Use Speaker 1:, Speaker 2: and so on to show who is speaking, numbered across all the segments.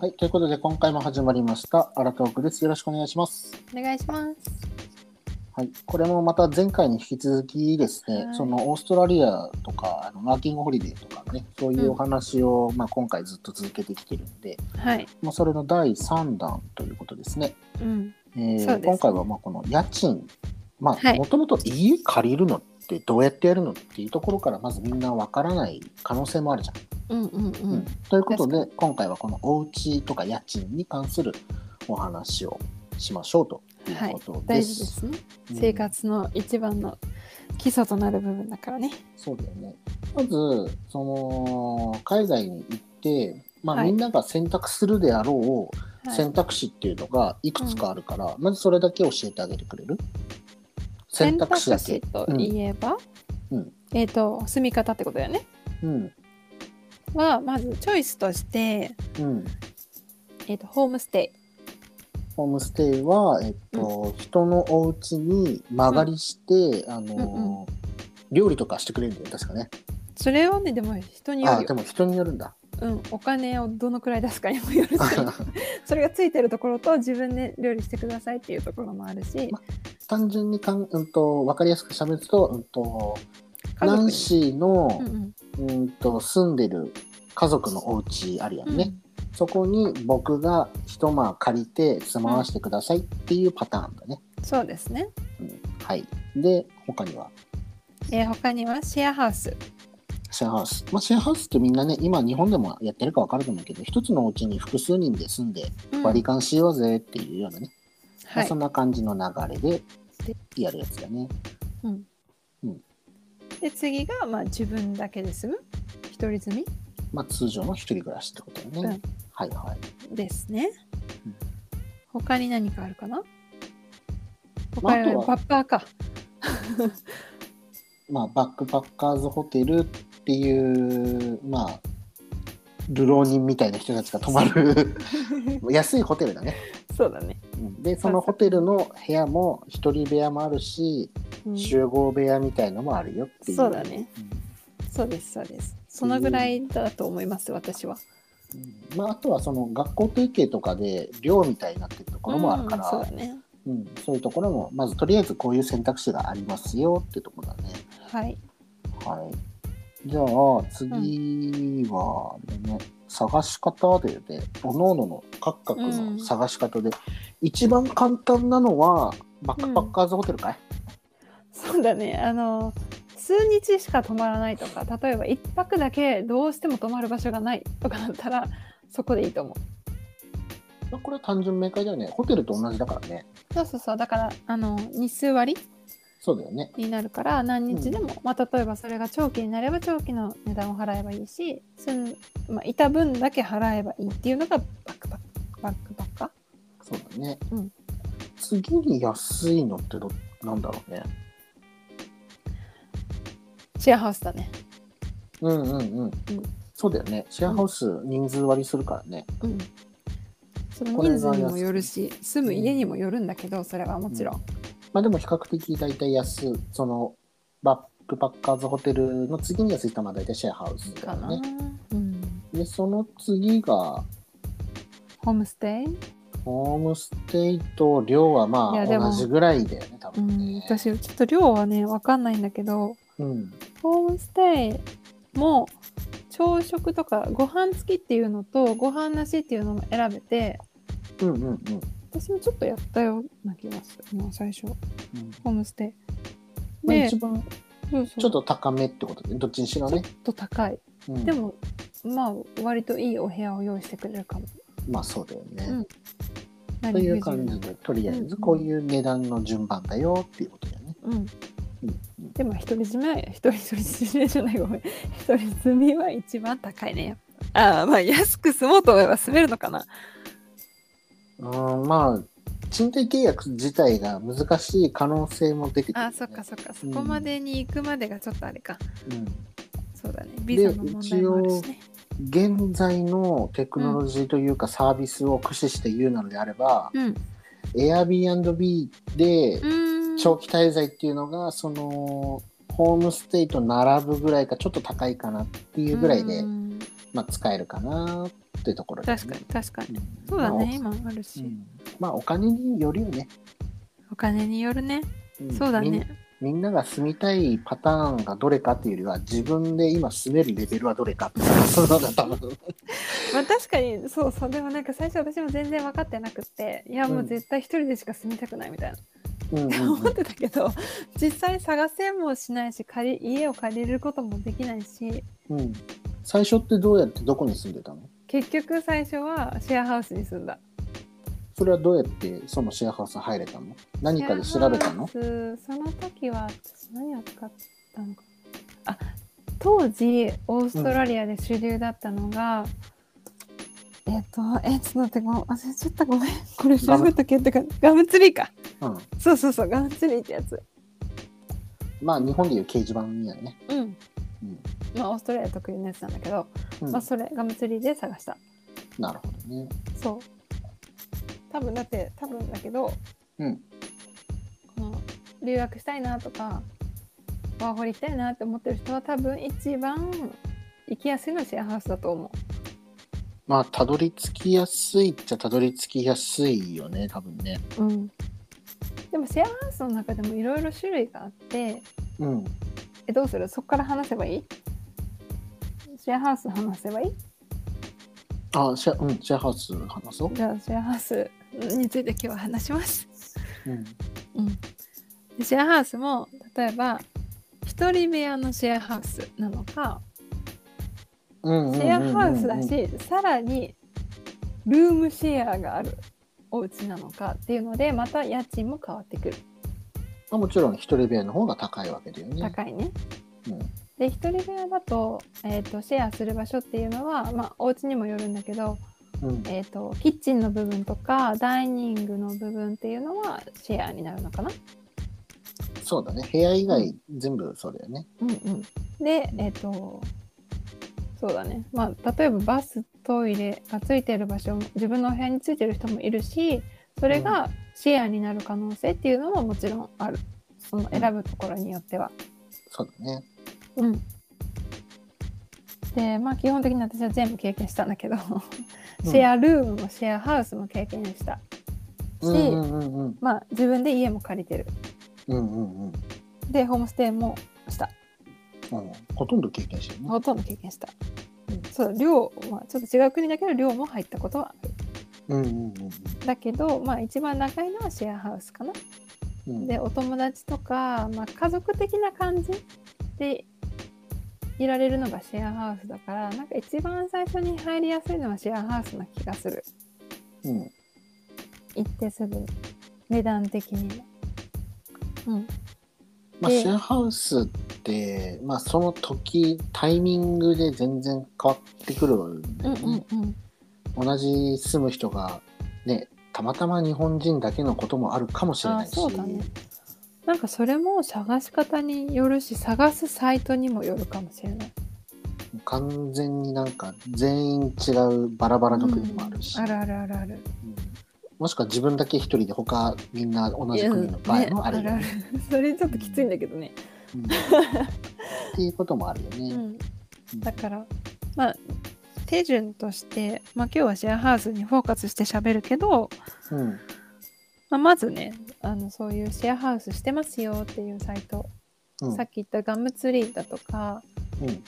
Speaker 1: はい、ということで今回も始まりました。アラトークです。よろしくお願いします。
Speaker 2: お願いします。
Speaker 1: はい、これもまた前回に引き続きですね、
Speaker 2: はい
Speaker 1: そのオーストラリアとかあのワーキングホリデーとかね、そういうお話を、まあ今回ずっと続けてきてるんで、
Speaker 2: はい。
Speaker 1: まあそれの第3弾ということですね。
Speaker 2: うん。
Speaker 1: えー
Speaker 2: そうです
Speaker 1: 今回はまあこの家賃、ま
Speaker 2: は
Speaker 1: あ
Speaker 2: い
Speaker 1: もともと家借りるのってどうやってやるのっていうところからまずみんなわからない可能性もあるじゃん。
Speaker 2: うんうんう
Speaker 1: うん
Speaker 2: ん。
Speaker 1: ということで今回はこのお家とか家賃に関するお話をしましょうということで
Speaker 2: 大
Speaker 1: す。
Speaker 2: 事です
Speaker 1: う
Speaker 2: ね。
Speaker 1: ん
Speaker 2: 生活の一番の基礎となる部分だからね。
Speaker 1: そうだよね。まずその海外に行って、まあ
Speaker 2: はい
Speaker 1: みんなが選択するであろう
Speaker 2: はい
Speaker 1: 選、択肢っていうのがいくつかあるから、まずそれだけ教えてあげてくれる選択肢だけ
Speaker 2: 選。択肢といえば、
Speaker 1: うんうん
Speaker 2: えっ、と住み方ってことだよね。
Speaker 1: うん
Speaker 2: はまずチョイスとして、
Speaker 1: うん、
Speaker 2: えっ、とホームステ
Speaker 1: ホームステイは、えっと人のお家に間借りして、あの
Speaker 2: うん
Speaker 1: 料理とかしてくれるんだよ確かね。
Speaker 2: イ。それはねでも人に
Speaker 1: あ
Speaker 2: よる
Speaker 1: で
Speaker 2: よ。
Speaker 1: も人によるんだ。
Speaker 2: うん。お金をどのくらい出すかにもよ るし、それがついてるところと自分で料理してくださいっていうところもあるし、
Speaker 1: ま 単純にかん、うん、と分かりやすく喋ると,、うん、と
Speaker 2: 家
Speaker 1: ナ
Speaker 2: 族
Speaker 1: ン
Speaker 2: に。
Speaker 1: シーの
Speaker 2: うん、うん
Speaker 1: うんと住んでる家族のお家あるや
Speaker 2: うんん。
Speaker 1: ね、そこに僕が一間借りて住まわしてくださいっていうパターンだね、
Speaker 2: そうですね。
Speaker 1: うんはいで他には
Speaker 2: えー他にはシェアハウス。
Speaker 1: シェアハウス、まあ、シェアハウスってみんなね今日本でもやってるか分かると思うけど一つのお家に複数人で住んで
Speaker 2: うん
Speaker 1: 割り勘しようぜっていうようなね、ま
Speaker 2: は
Speaker 1: あ
Speaker 2: い
Speaker 1: そん。な感じの流れでやるやつだね
Speaker 2: うん
Speaker 1: うん
Speaker 2: で次が、まあ、自分だけで住む一人住み
Speaker 1: まあ通常の一人暮らしってことだよね、はいはい
Speaker 2: ですね
Speaker 1: うん。
Speaker 2: 他に何かあるかな
Speaker 1: まあ
Speaker 2: 他
Speaker 1: あ
Speaker 2: に
Speaker 1: とは
Speaker 2: バッパ ーか。
Speaker 1: まあ、バックパッカーズホテルっていう、まあ、流浪人みたいな人たちが泊ま る安いホテルだね。
Speaker 2: そうだね。
Speaker 1: うんで、そのホテルの部屋も一人部屋もあるし、
Speaker 2: うん
Speaker 1: 集合部屋みたいのもあるよっていう。
Speaker 2: そうだねそうですそうです。そのぐらいだと思います私は。
Speaker 1: うん。まあ、あとはその学校提携とかで寮みたいになってるところもあるか
Speaker 2: うんそう
Speaker 1: ら
Speaker 2: だ、ね。
Speaker 1: うんそういうところもまずとりあえずこういう選択肢がありますよってところだね。
Speaker 2: はい。
Speaker 1: はい。じゃあ次は、あれだね探し方でで、おのおのの各々の探し方で、一番簡単なのはバックパッカーズホテルかい、
Speaker 2: そうだね。あの数日しか泊まらないとか例えば一泊だけどうしても泊まる場所がないとかだったらそこでいいと思う。
Speaker 1: まあこれは単純明快だよね。ホテルと同じだからね。
Speaker 2: そうそうそうだからあの日数割
Speaker 1: そうだよね。
Speaker 2: になるから何日でも、まあ、例えばそれが長期になれば長期の値段を払えばいいし住ん、まあ、いた分だけ払えばいいっていうのがバックパックバックパッカ
Speaker 1: そうだね。
Speaker 2: うん
Speaker 1: 次に安いのってど、なんだろうね。
Speaker 2: シェアハウスだね
Speaker 1: うんうんうん。そうだよね。シェアハウス人数割りするからね。
Speaker 2: うんその
Speaker 1: これが
Speaker 2: 人数にもよるし住む家にもよるんだけどそれはもちろん、
Speaker 1: まあでも比較的大体安い、そのバックパッカーズホテルの次に安い玉は大体シェアハウスだ
Speaker 2: か
Speaker 1: よね。
Speaker 2: な、うん、
Speaker 1: でその次が
Speaker 2: ホームステイ、
Speaker 1: ホームステイと寮はま
Speaker 2: い
Speaker 1: あ
Speaker 2: やでも
Speaker 1: 同じぐらいだよね多
Speaker 2: う
Speaker 1: 分
Speaker 2: ん、
Speaker 1: ね。
Speaker 2: 私ちょっと量はね分かんないんだけど
Speaker 1: うん
Speaker 2: ホームステイも朝食とかご飯付きっていうのとご飯なしっていうのも選べて
Speaker 1: うんうんうん
Speaker 2: 私もちょっとやったような気がするな最初
Speaker 1: うん。
Speaker 2: ホームステイ
Speaker 1: まあ、
Speaker 2: で
Speaker 1: 一番
Speaker 2: そうそう
Speaker 1: ちょっと高めってことでどっちにしろね。
Speaker 2: ちょっと高い
Speaker 1: うん
Speaker 2: でもまあ割といいお部屋を用意してくれるかも
Speaker 1: まあそうだよ
Speaker 2: う
Speaker 1: ね
Speaker 2: ん。何
Speaker 1: と
Speaker 2: 不自
Speaker 1: い
Speaker 2: 由
Speaker 1: う感じでとりあえ
Speaker 2: うんう
Speaker 1: ず
Speaker 2: ん
Speaker 1: こういう値段の順番だよっていうことだよね。
Speaker 2: うん
Speaker 1: うんうん
Speaker 2: でも一人住みは 一人一人住みじゃないごめん一人住みは一番高いねああまあ安く住もうと思えば住めるのかな
Speaker 1: うんまあ賃貸契約自体が難しい可能性も出てくる、
Speaker 2: あ
Speaker 1: ね。
Speaker 2: ーそっかそっかそ
Speaker 1: うん
Speaker 2: こまでに行くまでがちょっとあれか
Speaker 1: うん
Speaker 2: そうだねビザの問題もあるしね
Speaker 1: 現在のテクノロジーというかサービスを駆使して言うのであれば、
Speaker 2: うんう
Speaker 1: Airbnb で
Speaker 2: ーん
Speaker 1: 長期滞在っていうのがそのホームステイと並ぶぐらいかちょっと高いかなっていうぐらいうで
Speaker 2: ー、ん
Speaker 1: まあ、使えるかなっってところ
Speaker 2: 確かに確かに
Speaker 1: に、ん
Speaker 2: そうだね
Speaker 1: まあ
Speaker 2: 今ある
Speaker 1: う
Speaker 2: し、
Speaker 1: んまあお金によるよね、
Speaker 2: お金によるね、
Speaker 1: ん
Speaker 2: そうだ
Speaker 1: みん
Speaker 2: ね
Speaker 1: みんなが住みたいパターンがどれかっていうよりは自分で今住めるレベルはどれかって いうそういうのが多分
Speaker 2: まあ確かにそうそうでもなんか最初私も全然分かってなくっていやもう絶対一人でしか住みたくないみたいな、
Speaker 1: うんうんうん
Speaker 2: 思ってたけど実際探せもしないし借り家を借りることもできないし
Speaker 1: うん、最初ってどうやってどこに住んでたの
Speaker 2: 結局最初はシェアハウスに住んだ
Speaker 1: それはどうやってそのシェアハウス入れたの何かで調べたの
Speaker 2: シェアハウスその時は私何を使ったのかなあ当時オーストラリアで主流だったのが、えっ、とえちょっと待ってごめん忘れちゃったごめんこれ調べとけってかガムツリーか
Speaker 1: うん。
Speaker 2: そうそうそうガムツリーってやつ
Speaker 1: まあ日本でいう掲示板やね。
Speaker 2: うん
Speaker 1: うん
Speaker 2: まあオーストラリア特有のやつなんだけど、
Speaker 1: うん
Speaker 2: まあそれガムツリーで探した
Speaker 1: なるほどね。
Speaker 2: そう多分だって多分だけど
Speaker 1: うん。
Speaker 2: この留学したいなとかワーホリ行きたいなって思ってる人は多分一番行きやすいのはシェアハウスだと思
Speaker 1: まあたどり着きやすいっちゃたどり着きやすいよね多分ね。
Speaker 2: う、うん、でもシェアハウスの中でもいろいろ種類があって
Speaker 1: うん。
Speaker 2: えどうするそこから話せばいいシェアハウス話せばいい
Speaker 1: あシェ,、うん、シェアハウス話そう。
Speaker 2: じゃあシェアハウスについて今日は話します
Speaker 1: うん。
Speaker 2: うん、でシェアハウスも例えば一人部屋のシェアハウスなのか
Speaker 1: うんうんうんうんうん
Speaker 2: シェアハウスだ。しさらにルームシェアがあるお家なのかっていうのでまた家賃も変わってくる
Speaker 1: まあ、もちろん一人部屋の方が高いわけだよね。
Speaker 2: 高いね。
Speaker 1: うん
Speaker 2: で一人部屋だと,、えー、とシェアする場所っていうのは、まあ、お家にもよるんだけど、
Speaker 1: うん。
Speaker 2: えー、とキッチンの部分とかダイニングの部分っていうのはシェアになるのかな
Speaker 1: そうだね。部屋以外全部そうだよね。
Speaker 2: うんうん、でえっ、とそうだねまあ例えばバストイレがついてる場所も自分のお部屋についてる人もいるしそれがシェアになる可能性っていうのももちろんあるその選ぶところによっては。
Speaker 1: そうだね。
Speaker 2: うん、でまあ基本的に私は全部経験したんだけどシェアルームもシェアハウスも経験したし、
Speaker 1: うんうんうんうん
Speaker 2: まあ自分で家も借りてる
Speaker 1: うんうんうん。
Speaker 2: でホームステイもした
Speaker 1: うんほとんど経験してるね。
Speaker 2: ほとんど経験した。
Speaker 1: うん
Speaker 2: そう寮はちょっと違う国だけど寮も入ったことはある
Speaker 1: うんうんうん
Speaker 2: だけど、まあ、一番長いのはシェアハウスかな。
Speaker 1: うん。うん
Speaker 2: でお友達とか、まあ、家族的な感じでいられるのがシェアハウスだからなんか一番最初に入りやすいのはシェアハウスな気がする
Speaker 1: うん
Speaker 2: 行ってすぐに値段的にも。うん、
Speaker 1: まあ、
Speaker 2: で
Speaker 1: シェアハウスって、まあ、その時タイミングで全然変わってくるんだ
Speaker 2: うん
Speaker 1: よ
Speaker 2: うん
Speaker 1: ね、
Speaker 2: うん
Speaker 1: 同じ住む人がねたまたま日本人だけのこともあるかもしれないし
Speaker 2: あそうだねなんかそれも探し方によるし探すサイトにもよるかもしれない。
Speaker 1: 完全になんか全員違うバラバラの国もあるし、
Speaker 2: うんあるあるあるある。
Speaker 1: うんもしくは自分だけ一人で他みんな同じ国の場合もあるよね
Speaker 2: いやねあるあるそれちょっときついんだけどね、
Speaker 1: うん っていうこともあるよね。うん
Speaker 2: だからまあ手順として、まあ、今日はシェアハウスにフォーカスして喋るけど、
Speaker 1: うん
Speaker 2: まあ、まずねあのそういうシェアハウスしてますよっていうサイト、
Speaker 1: うん
Speaker 2: さっき言ったガムツリーだとか
Speaker 1: うん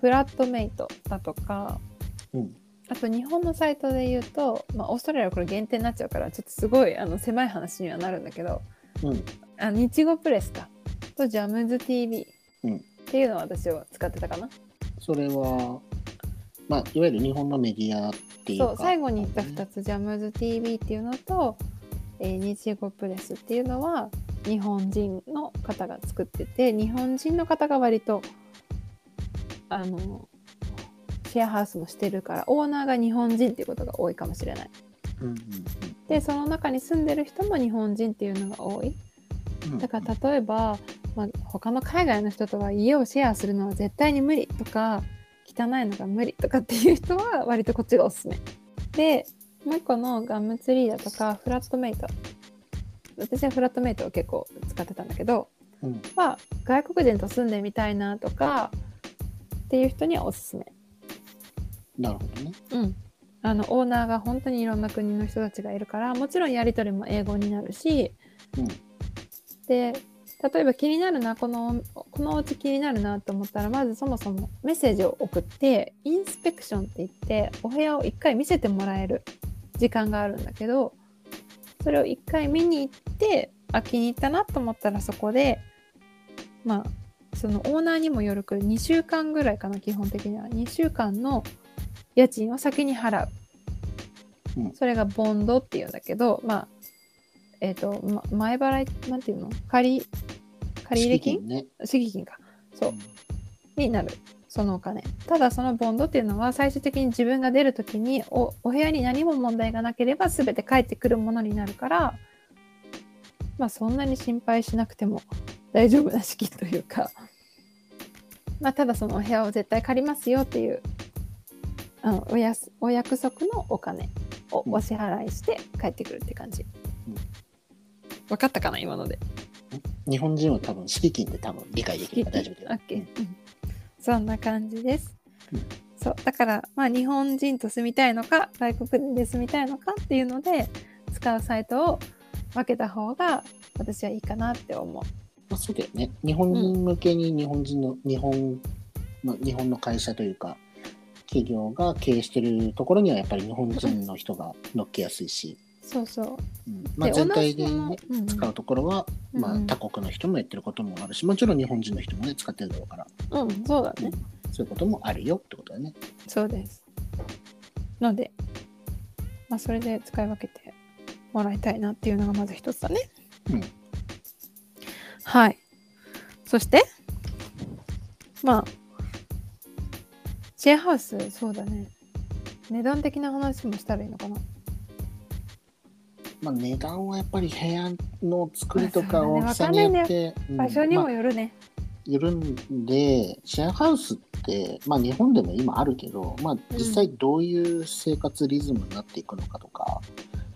Speaker 2: フラットメイトだとか
Speaker 1: うん
Speaker 2: あと日本のサイトで言うと、まあ、オーストラリアはこれ限定になっちゃうからちょっとすごいあの狭い話にはなるんだけど
Speaker 1: うん
Speaker 2: あ日語プレスかとジャムズ TV
Speaker 1: うん
Speaker 2: っていうのを私は使ってたかな、
Speaker 1: それは、まあ、いわゆる日本のメディアっていうか
Speaker 2: そう最後に言った2つジャムズ TV っていうのと、えー日語プレスっていうのは日本人の方が作ってて日本人の方が割とあのシェアハウスもしてるからオーナーが日本人っていうことが多いかもしれない
Speaker 1: うんうん
Speaker 2: でその中に住んでる人も日本人っていうのが多い
Speaker 1: うん
Speaker 2: だから例えば、まあ、他の海外の人とは家をシェアするのは絶対に無理とか汚いのが無理とかっていう人は割とこっちがおすすめでもう一個のガムツリーだとかフラットメイト私はフラットメイトを結構使ってたんだけど
Speaker 1: うん
Speaker 2: は外国人と住んでみたいなとかっていう人にはおすすめ
Speaker 1: なるほどね。
Speaker 2: うんあのオーナーが本当にいろんな国の人たちがいるからもちろんやり取りも英語になるし、
Speaker 1: うん
Speaker 2: で例えば気になるなこのこのお家気になるなと思ったらまずそもそもメッセージを送ってインスペクションって言ってお部屋を1回見せてもらえる時間があるんだけどそれを1回見に行ってあ気に入ったなと思ったらそこでまあそのオーナーにもよるく2週間ぐらいかな基本的には2週間の家賃を先に払う、
Speaker 1: うん
Speaker 2: それがボンドっていうんだけどまあえっ、と、ま、前払いなんていうの借り借入金
Speaker 1: ね。
Speaker 2: 敷金かそううんになるそのお金ただそのボンドっていうのは最終的に自分が出る時におお部屋に何も問題がなければ全て返ってくるものになるからまあそんなに心配しなくても大丈夫な資金というかまあただそのお部屋を絶対借りますよっていう、うん、おやすお約束のお金をお支払いして帰ってくるって感じ、
Speaker 1: うん
Speaker 2: 分かったかな今ので
Speaker 1: 日本人は多分敷金で多分理解できれば大丈夫だ
Speaker 2: オ
Speaker 1: よ
Speaker 2: ッ。ケーうんそんな感じです。
Speaker 1: うん
Speaker 2: そうだから、まあ、日本人と住みたいのか外国で住みたいのかっていうので使うサイトを分けた方が私はいいかなって思う。
Speaker 1: まあ、そうだよね。日本人向けに日本人の、日本、まあ、日本の会社というか、企業が経営してるところにはやっぱり日本人の人が乗っけやすいし、
Speaker 2: そうそう。
Speaker 1: うんまあ、
Speaker 2: で
Speaker 1: 全体で、
Speaker 2: 同じもの
Speaker 1: ね、
Speaker 2: うんうん
Speaker 1: 使うところは、まあ、
Speaker 2: うん
Speaker 1: 他国の人もやってることもあるし、もちろん日本人の人もね、使ってるだろうから、
Speaker 2: うん、そうだね。
Speaker 1: そういうこともあるよってことだね。
Speaker 2: そうです。ので、まあ、それで使い分けてもらいたいなっていうのがまず一つだね。
Speaker 1: うん
Speaker 2: はい。そして、まあ、シェアハウス、そうだね。値段的な話もしたらいいのかな。
Speaker 1: まあ、値段はやっぱり部屋の作りとか
Speaker 2: まあそうだ
Speaker 1: 大
Speaker 2: ね
Speaker 1: きさによって、うん
Speaker 2: 場所に
Speaker 1: ま
Speaker 2: も
Speaker 1: あ
Speaker 2: よるね。
Speaker 1: いるんで、シェアハウスって、まあ、日本でも今あるけど、まあ、実際どういう生活リズムになっていくのかとか、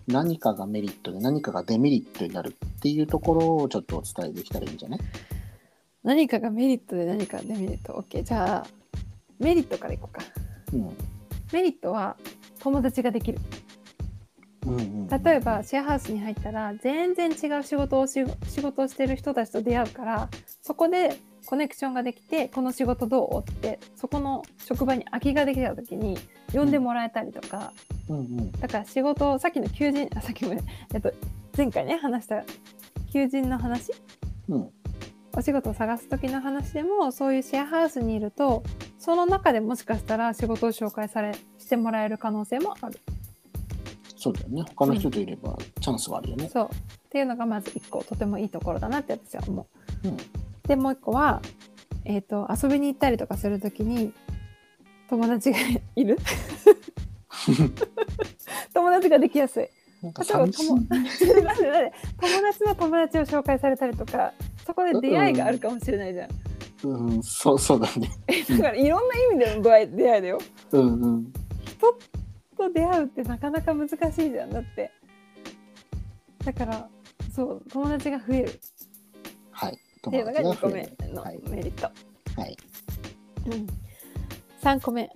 Speaker 1: 何かがメリットで何かがデメリットになるっていうところをちょっとお伝えできたらいいんじゃない
Speaker 2: 何かがメリットで何かがデメリット。OK。じゃあ、メリットからいこうか。
Speaker 1: うん
Speaker 2: メリットは友達ができる。
Speaker 1: うんうんうん
Speaker 2: 例えばシェアハウスに入ったら全然違う仕事をし仕事をしてる人たちと出会うからそこでコネクションができてこの仕事どうってそこの職場に空きができた時に呼んでもらえたりとか、
Speaker 1: うんうん
Speaker 2: だから仕事をさっきの求人あさっきもね、えっと、前回ね話した求人の話
Speaker 1: うん
Speaker 2: お仕事を探す時の話でもそういうシェアハウスにいるとその中でもしかしたら仕事を紹介されしてもらえる可能性もある。
Speaker 1: そうだよね他の人といればチャンスはあるよね、
Speaker 2: そうっていうのがまず1個とてもいいところだなって私は思う。
Speaker 1: うん
Speaker 2: でもう1個は、えー、と遊びに行ったりとかするときに友達が いる友達ができやすい。
Speaker 1: なんか寂しい
Speaker 2: 待って待って友達の友達を紹介されたりとかそこで出会いがあるかもしれないじゃん。
Speaker 1: うんそうそうだねうん
Speaker 2: だからいろんな意味での出会い出会いだよ。
Speaker 1: うんうん
Speaker 2: 人と出会うってなかなか難しいじゃんだって。だからそう友達が増える。
Speaker 1: はい
Speaker 2: っていうのが2個
Speaker 1: 増
Speaker 2: 目
Speaker 1: える
Speaker 2: の
Speaker 1: はい
Speaker 2: メリット。
Speaker 1: はい
Speaker 2: うん、3個目。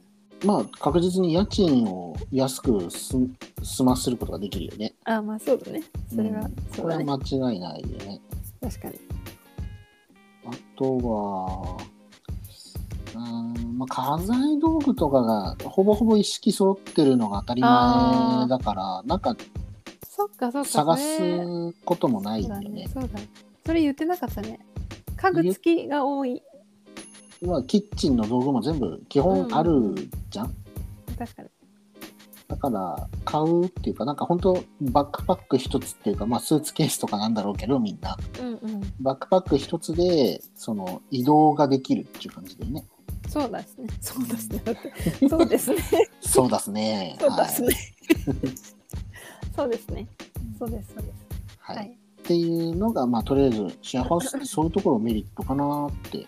Speaker 1: まあ確実に家賃を安くす済ませることができるよね
Speaker 2: あまあそうだね。それは、
Speaker 1: うん
Speaker 2: そ
Speaker 1: こ
Speaker 2: う
Speaker 1: れ
Speaker 2: だ
Speaker 1: は
Speaker 2: ね。
Speaker 1: 間違いないよね
Speaker 2: 確かに。
Speaker 1: あとはうんまあ、家財道具とかがほぼほぼ一式揃ってるのが当たり前だからなんか
Speaker 2: そっかそっか。
Speaker 1: 探
Speaker 2: それ
Speaker 1: すこともない
Speaker 2: そう
Speaker 1: よ
Speaker 2: だ
Speaker 1: ね
Speaker 2: ね。そうだね。それ言ってなかったね。家具付きが多い。
Speaker 1: まあ、キッチンの道具も全部基本あるじゃん、
Speaker 2: 確かに。
Speaker 1: だから買うっていうかなんか本当バックパック一つっていうか、まあ、スーツケースとかなんだろうけどみんな
Speaker 2: うんうん。
Speaker 1: バックパック一つでその移動ができるっていう感じだよね
Speaker 2: そうだすね。そうだすね。だ ってそうですね。
Speaker 1: そうだっすね
Speaker 2: そうだす
Speaker 1: はい
Speaker 2: ね。そうですね。そうです。そうです。
Speaker 1: はい
Speaker 2: はい
Speaker 1: っていうのがまあとりあえずシェアハウスってそういうところメリットかなって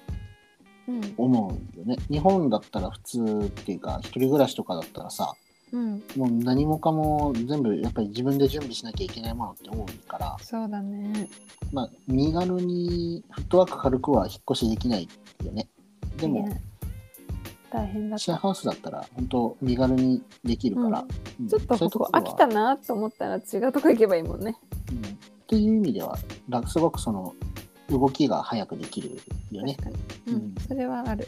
Speaker 2: うん。
Speaker 1: 思うよね日本だったら普通っていうか一人暮らしとかだったらさ
Speaker 2: うん。
Speaker 1: もう何もかも全部やっぱり自分で準備しなきゃいけないものって多いから
Speaker 2: そうだね。
Speaker 1: まあ、身軽にフットワーク軽くは引っ越しできないよね。でも、
Speaker 2: ね、大変だっ
Speaker 1: シェア
Speaker 2: た。
Speaker 1: ハウスだったら本当身軽にできるから、うん
Speaker 2: ちょっと
Speaker 1: そういう
Speaker 2: ここ
Speaker 1: ろは
Speaker 2: 飽きたなと思ったら違うとこ行けばいいもんね。
Speaker 1: うんっていう意味ではらすごくその動きが早くできるよね
Speaker 2: 確。かに。うん、
Speaker 1: うん
Speaker 2: それはある。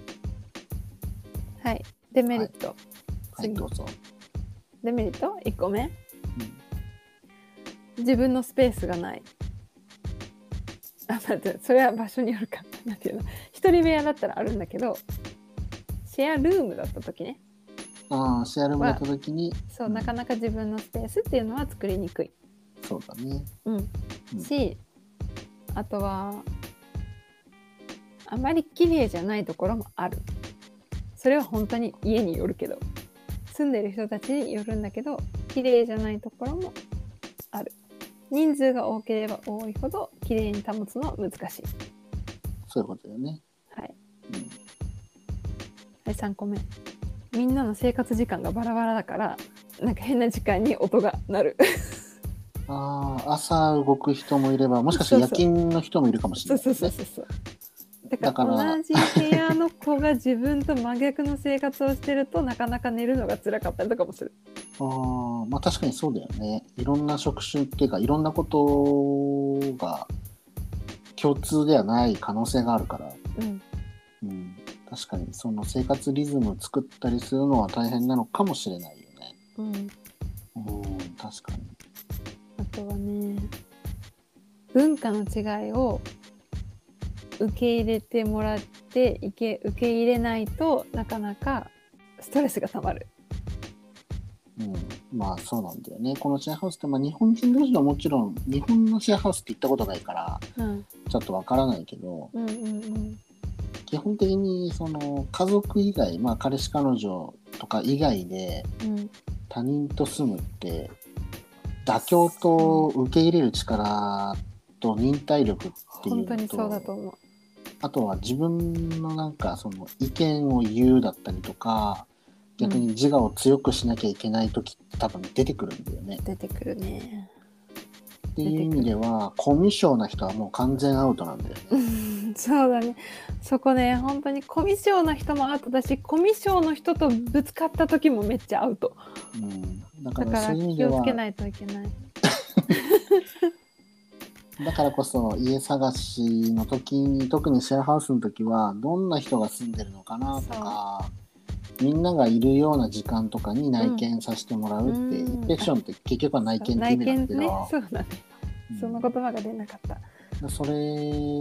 Speaker 2: はい。デメリット。
Speaker 1: はい
Speaker 2: 次
Speaker 1: どうぞ。
Speaker 2: デメリット ?1 個目。
Speaker 1: うん
Speaker 2: 自分のスペースがない。あ、待って、それは場所によるか。 なんていうの一人部屋だったらあるんだけど、シェアルームだった時ね。
Speaker 1: ああシェアルームやった時に
Speaker 2: そう、
Speaker 1: うん
Speaker 2: なかなか自分のスペースっていうのは作りにくい。
Speaker 1: そうだね。
Speaker 2: うん。
Speaker 1: うん
Speaker 2: し、あとは、あまり綺麗じゃないところもある。それは本当に家によるけど、住んでる人たちによるんだけど、綺麗じゃないところもある。人数が多ければ多いほど綺麗に保つのは難しい。
Speaker 1: そういうことだよね。
Speaker 2: はい。
Speaker 1: うん
Speaker 2: はい、3個目。みんなの生活時間がバラバラだから、なんか変な時間に音が鳴る。
Speaker 1: ああ朝動く人もいればもしかしたら夜勤の人もいるかもしれ
Speaker 2: そう
Speaker 1: ない
Speaker 2: そう
Speaker 1: です
Speaker 2: そう
Speaker 1: ね。
Speaker 2: そうそう。だ
Speaker 1: だか
Speaker 2: からら同じ部屋の子が自分と真逆の生活をしてるとなかなか寝るのが辛かったりとかもする。
Speaker 1: ああまあ確かにそうだよね。いろんな職種っていうかいろんなことが共通ではない可能性があるから。
Speaker 2: うん、
Speaker 1: うん、確かにその生活リズムを作ったりするのは大変なのかもしれないよね。
Speaker 2: う
Speaker 1: う
Speaker 2: ん。
Speaker 1: ん、確かに。
Speaker 2: あとはね、文化の違いを受け入れてもらっていけ受け入れないとなかなかストレスがたまる。
Speaker 1: うん、まあそうなんだよね。このシェアハウスって、まあ、日本人同士はもちろん日本のシェアハウスって行ったことないから
Speaker 2: うん、
Speaker 1: ちょっとわからないけど
Speaker 2: うん、うん、
Speaker 1: 基本的にその家族以外、まあ、彼氏彼女とか以外で
Speaker 2: うん、
Speaker 1: 他人と住むって妥協と受け入れる力と忍耐力っていうの
Speaker 2: 本
Speaker 1: と
Speaker 2: 当にそうだと思う。
Speaker 1: あとは自分のなんかその意見を言うだったりとか逆に自我を強くしなきゃいけない時って多分出てくるんだよね。
Speaker 2: 出てくるね。
Speaker 1: っていう意味ではコミュ障な人はもう完全アウトなんだよね。
Speaker 2: うんそうだねそこね本当にコミュ障の人もアウトだしコミュ障の人とぶつかった時もめっちゃアウト
Speaker 1: うん、だか
Speaker 2: だ
Speaker 1: ら
Speaker 2: か
Speaker 1: そ
Speaker 2: ら
Speaker 1: ういう意味
Speaker 2: 気
Speaker 1: で
Speaker 2: を
Speaker 1: は
Speaker 2: つけないといけない
Speaker 1: だからこそ家探しの時に特にシェアハウスの時はどんな人が住んでるのかなとかみんながいるような時間とかに内見させてもらうって、
Speaker 2: うん
Speaker 1: インペクションって結局は内見って意
Speaker 2: 内
Speaker 1: 味なんだけ
Speaker 2: 見
Speaker 1: ど、
Speaker 2: ねそうだね、
Speaker 1: うん
Speaker 2: その言葉が出なかった
Speaker 1: それ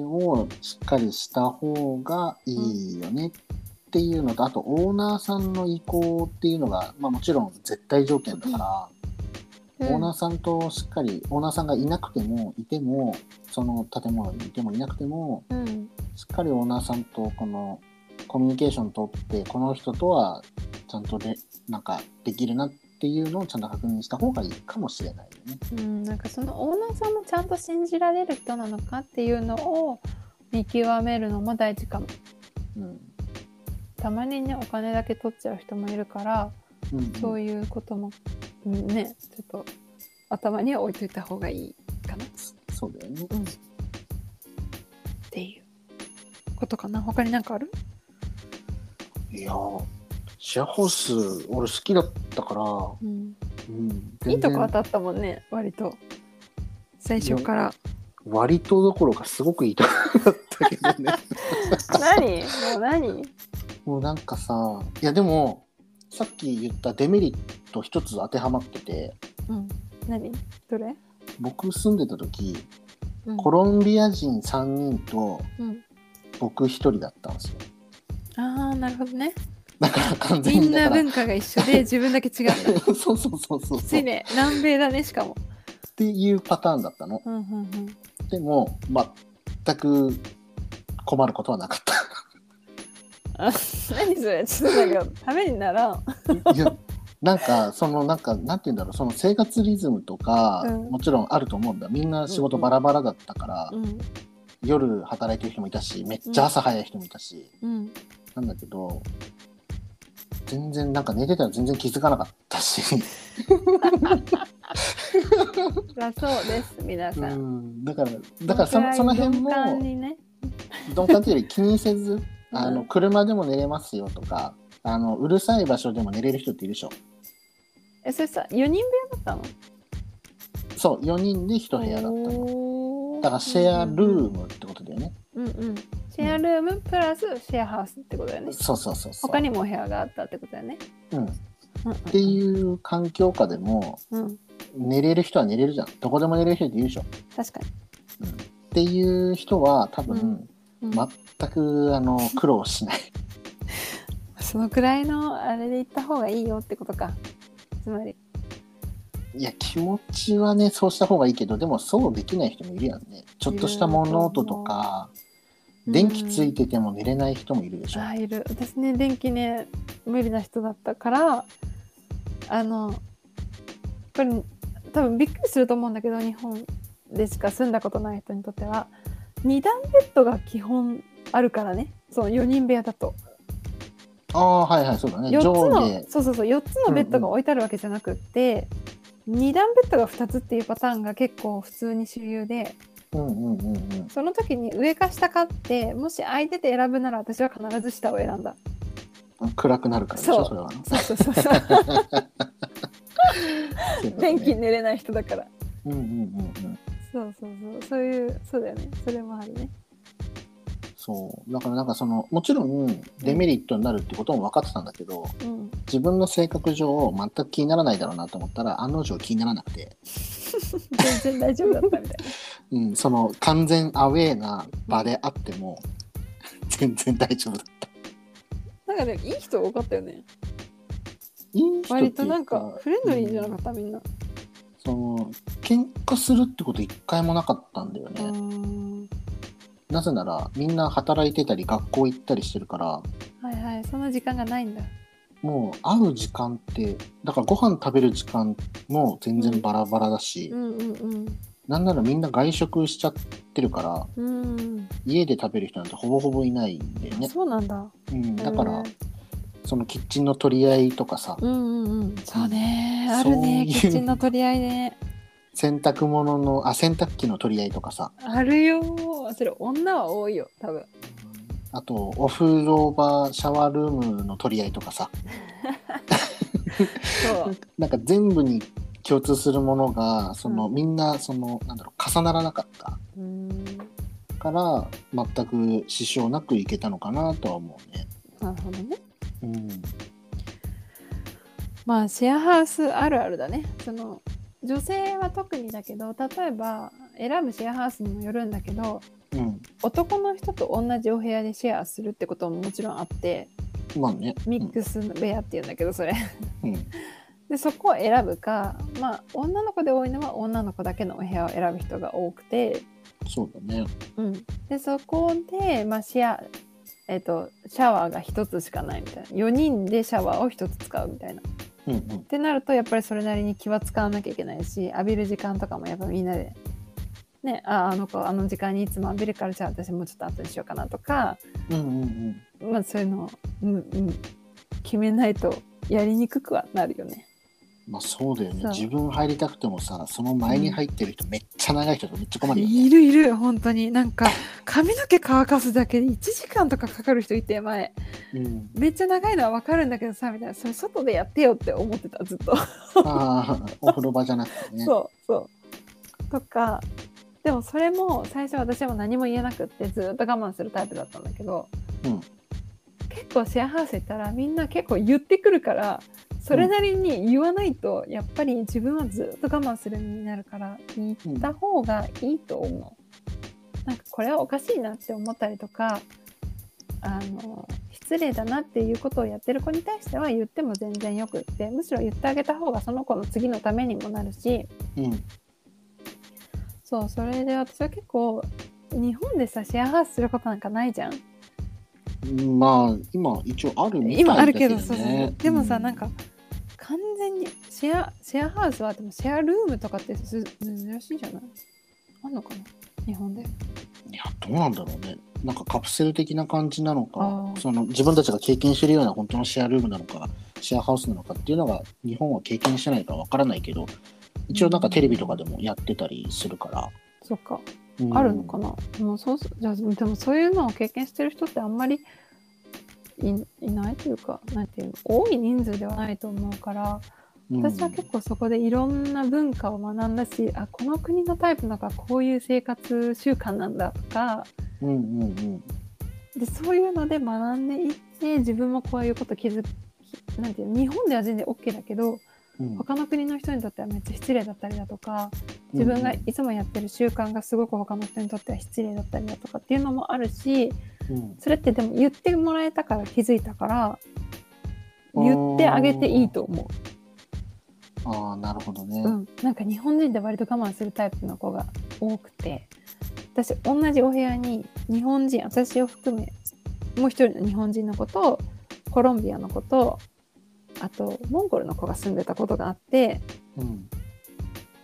Speaker 1: をしっかりした方がいいよねっていうのと、あとオーナーさんの意向っていうのが、まあ、もちろん絶対条件だから、オーナーさんとしっかりオーナーさんがいなくてもいてもその建物にいてもいなくても
Speaker 2: うん、うん
Speaker 1: しっかりオーナーさんとこのコミュニケーション取ってこの人とはちゃんとでなんかできるなっていうのをちゃんと確認した方がいいかもしれないよね。
Speaker 2: うん、なんかそのオーナーさんもちゃんと信じられる人なのかっていうのを見極めるのも大事かも
Speaker 1: うん
Speaker 2: たまにねお金だけ取っちゃう人もいるから
Speaker 1: うんうん
Speaker 2: そういうことも、うんねちょっと頭には置いといた方がいいかな
Speaker 1: そうだよね。
Speaker 2: うん、っていうことかな他に何かある
Speaker 1: いやーシェアハウス俺好きだったから、
Speaker 2: うん
Speaker 1: うん、
Speaker 2: いいと
Speaker 1: 全
Speaker 2: こ当
Speaker 1: 然
Speaker 2: たったもんね割と最初から
Speaker 1: 割とどころかすごくいいとこだったけどね
Speaker 2: 何もう何
Speaker 1: もうなんかさいやでもさっき言ったデメリット一つ当てはまってて
Speaker 2: うん何どれ、
Speaker 1: 僕住んでた時
Speaker 2: うん
Speaker 1: コロンビア人3人と
Speaker 2: うん
Speaker 1: 僕1人だったんですよ
Speaker 2: ああなるほどね
Speaker 1: だから完
Speaker 2: み
Speaker 1: 全に
Speaker 2: ん
Speaker 1: だ
Speaker 2: な
Speaker 1: から
Speaker 2: 文化が一緒で 自分だけ違う
Speaker 1: そうそうそうそうそう
Speaker 2: きついね南米だねしかも
Speaker 1: っていうパターンだったの
Speaker 2: うんうんうん
Speaker 1: でも全く困ることはなかった
Speaker 2: あ何それちょっとなんかためにならん
Speaker 1: いやなんかそのなんかなんて言うんだろうその生活リズムとか、
Speaker 2: うん
Speaker 1: もちろんあると思うんだみんな仕事バラバラだったから、
Speaker 2: うん
Speaker 1: 夜働いてる人もいたしめっちゃ朝早い人もいたし、
Speaker 2: うん
Speaker 1: なんだけど全然なんか寝てたら全然気づかなかったし、
Speaker 2: だそうです皆さ、
Speaker 1: うんん、だからだからそのその辺も
Speaker 2: 鈍感にね
Speaker 1: 鈍感というより気にせず、あ
Speaker 2: う
Speaker 1: の
Speaker 2: ん
Speaker 1: 車でも寝れますよとかあのうるさい場所でも寝れる人っているでしょ
Speaker 2: えそれさ4人部屋だったの
Speaker 1: そう4人で1部屋だったの
Speaker 2: の
Speaker 1: だからシェアルームってことだよね、
Speaker 2: うんうんシェアルームプラスシェアハウスってことだよね
Speaker 1: そうそうそうそう
Speaker 2: 他にもお部屋があったってことだよね
Speaker 1: うん、っ
Speaker 2: うん
Speaker 1: ていう環境下でも
Speaker 2: うん、うん、
Speaker 1: 寝れる人は寝れるじゃんどこでも寝れる人って言うでしょ、
Speaker 2: 確か
Speaker 1: うん、っていう人は多分、
Speaker 2: うんに、うん
Speaker 1: 全くあの苦労しない
Speaker 2: そのくらいのあれで行った方がいいよってことかつまり
Speaker 1: いや気持ちはねそうした方がいいけどでもそうできない人もいるやんねちょっとした物音とか
Speaker 2: うん
Speaker 1: 電気ついてても寝れない人もいるでしょ、
Speaker 2: あいる私ね電気ね無理な人だったからあのこれ多分びっくりすると思うんだけど日本でしか住んだことない人にとっては2段ベッドが基本あるからねその4人部屋だと
Speaker 1: ああはいはいそうだね
Speaker 2: 4つの
Speaker 1: 上
Speaker 2: そうそうそう4つのベッドが置いてあるわけじゃなくって、2段ベッドが2つっていうパターンが結構普通に主流で
Speaker 1: 下うんうんうんうん
Speaker 2: その時に上か下かってもし空いてて選ぶなら私は必ず下を選んだ
Speaker 1: 暗くなるからでしょ
Speaker 2: そう
Speaker 1: それはね
Speaker 2: そうそうそうそう
Speaker 1: そういうことね
Speaker 2: 電気寝れない人だから
Speaker 1: うんうんうんうん
Speaker 2: そうそうそうそういうそうだよねそれもあるね
Speaker 1: そうだからなんかそのもちろんデメリットになるってことも分かってたんだけど
Speaker 2: うん
Speaker 1: 自分の性格上全く気にならないだろうなと思ったら案の定気にならなくて
Speaker 2: 全然大丈夫だったみたい
Speaker 1: うん、その完全アウェーな場であっても、全然大丈夫だった。
Speaker 2: ななんかねいい人多かったよね
Speaker 1: いい人っていう
Speaker 2: 割となんかフレンドリーじゃなかった、みんな
Speaker 1: その喧嘩するってこと一回もなかったんだよ
Speaker 2: う
Speaker 1: ね。
Speaker 2: ん
Speaker 1: なぜならみんな働いてたり学校行ったりしてるから、
Speaker 2: はいはいそんな時間がないんだ
Speaker 1: もう会う時間って、だからご飯食べる時間も全然バラバラだし、
Speaker 2: うんうん
Speaker 1: なんならみんな外食しちゃってるから、
Speaker 2: うんうん
Speaker 1: 家で食べる人なんてほぼほぼいないんだよね。
Speaker 2: そうなんだ
Speaker 1: うん、だから、
Speaker 2: うん
Speaker 1: そのキッチンの取り合いとかさ、
Speaker 2: うんうんうんそうねあるね
Speaker 1: そういう
Speaker 2: キッチンの取り合いね
Speaker 1: 洗濯物のあ洗濯機の取り合いとかさ
Speaker 2: あるよそれ女は多いよ多分
Speaker 1: あとお風呂場シャワールームの取り合いとかさ
Speaker 2: そう
Speaker 1: なんか全部に共通するものがその、
Speaker 2: うん
Speaker 1: みんなそのなんだろう重ならなかった
Speaker 2: うん
Speaker 1: から全く支障なくいけたのかなとは思うね。
Speaker 2: なるほどね
Speaker 1: うん、
Speaker 2: まあシェアハウスあるあるだねその女性は特にだけど例えば選ぶシェアハウスにもよるんだけど
Speaker 1: うん、
Speaker 2: 男の人と同じお部屋でシェアするってことももちろんあって
Speaker 1: まあね。
Speaker 2: ミックス部屋っていうんだけどそれ
Speaker 1: うんうん
Speaker 2: でそこを選ぶかまあ女の子で多いのは女の子だけのお部屋を選ぶ人が多くて、
Speaker 1: そうだね。
Speaker 2: うん、でそこで、まあ、シェアえっとシャワーが1つしかないみたいな4人でシャワーを1つ使うみたいな。
Speaker 1: うんうん
Speaker 2: ってなるとやっぱりそれなりに気は使わなきゃいけないし浴びる時間とかもやっぱみんなで、ね、ああの子あの時間にいつも浴びるからじゃあ私もうちょっと後にしようかなとか、
Speaker 1: うんうんうん。
Speaker 2: まあ、そういうのを、うんうん、決めないとやりにくくはなるよね。
Speaker 1: まあそうだよね
Speaker 2: そう
Speaker 1: 自分入りたくてもさその前に入ってる人、めっちゃ長い人とめっちゃ困るよね。
Speaker 2: いるいる本当になんか髪の毛乾かすだけで1時間とかかかる人いて前
Speaker 1: うん、
Speaker 2: めっちゃ長いのは分かるんだけどさみたいなそれ外でやってよって思ってたずっと。
Speaker 1: あ あお風呂場じゃなくてね。
Speaker 2: そうそう。とかでもそれも最初私も何も言えなくってずっと我慢するタイプだったんだけど、
Speaker 1: うん
Speaker 2: 結構シェアハウス行ったらみんな結構言ってくるからそれなりに言わないとやっぱり自分はずっと我慢する身になるから言った方がいいと思う。なんかこれはおかしいなって思ったりとかあの失礼だなっていうことをやってる子に対しては言っても全然よくってむしろ言ってあげた方がその子の次のためにもなるし
Speaker 1: うん
Speaker 2: そうそれで私は結構日本でさシェアハウスすることなんかないじゃん、
Speaker 1: まあ今一応あるみたい
Speaker 2: 今あるけど
Speaker 1: だ
Speaker 2: そうそう
Speaker 1: ね
Speaker 2: でもさ、
Speaker 1: う
Speaker 2: なんか完全にシェアシェアハウスはでもシェアルームとかってず珍しいじゃないあんのかな日本で
Speaker 1: いやどうなんだろうねなんかカプセル的な感じなの
Speaker 2: あ
Speaker 1: か
Speaker 2: ー
Speaker 1: その自分たちが経験してるような本当のシェアルームなのかシェアハウスなのかっていうのが日本は経験してないからわからないけど一応なんかテレビとかでもやってたりするから、
Speaker 2: そっか
Speaker 1: うん
Speaker 2: あるのかな、もうそうすじゃあでもそういうのを経験してる人ってあんまりいいないというかなんていうの多い人数ではないと思うから
Speaker 1: うん
Speaker 2: 私は結構そこでいろんな文化を学んだしあこの国のタイプの子はこういう生活習慣なんだとか
Speaker 1: うんうんうん
Speaker 2: でそういうので学んでいって自分もこういうこと気づきなんていうの日本では全然 OK だけど
Speaker 1: うん
Speaker 2: 他の国の人にとってはめっちゃ失礼だったりだとか自分がいつもやってる習慣がすごく他の人にとっては失礼だったりだとかっていうのもあるし
Speaker 1: うん
Speaker 2: それってでも言ってもらえたから気づいたから言ってあげていいと思う。
Speaker 1: ああなるほどね、
Speaker 2: うん、なんか日本人って割と我慢するタイプの子が多くて私同じお部屋に日本人私を含めもう一人の日本人の子とコロンビアの子とあとモンゴルの子が住んでたことがあって
Speaker 1: うん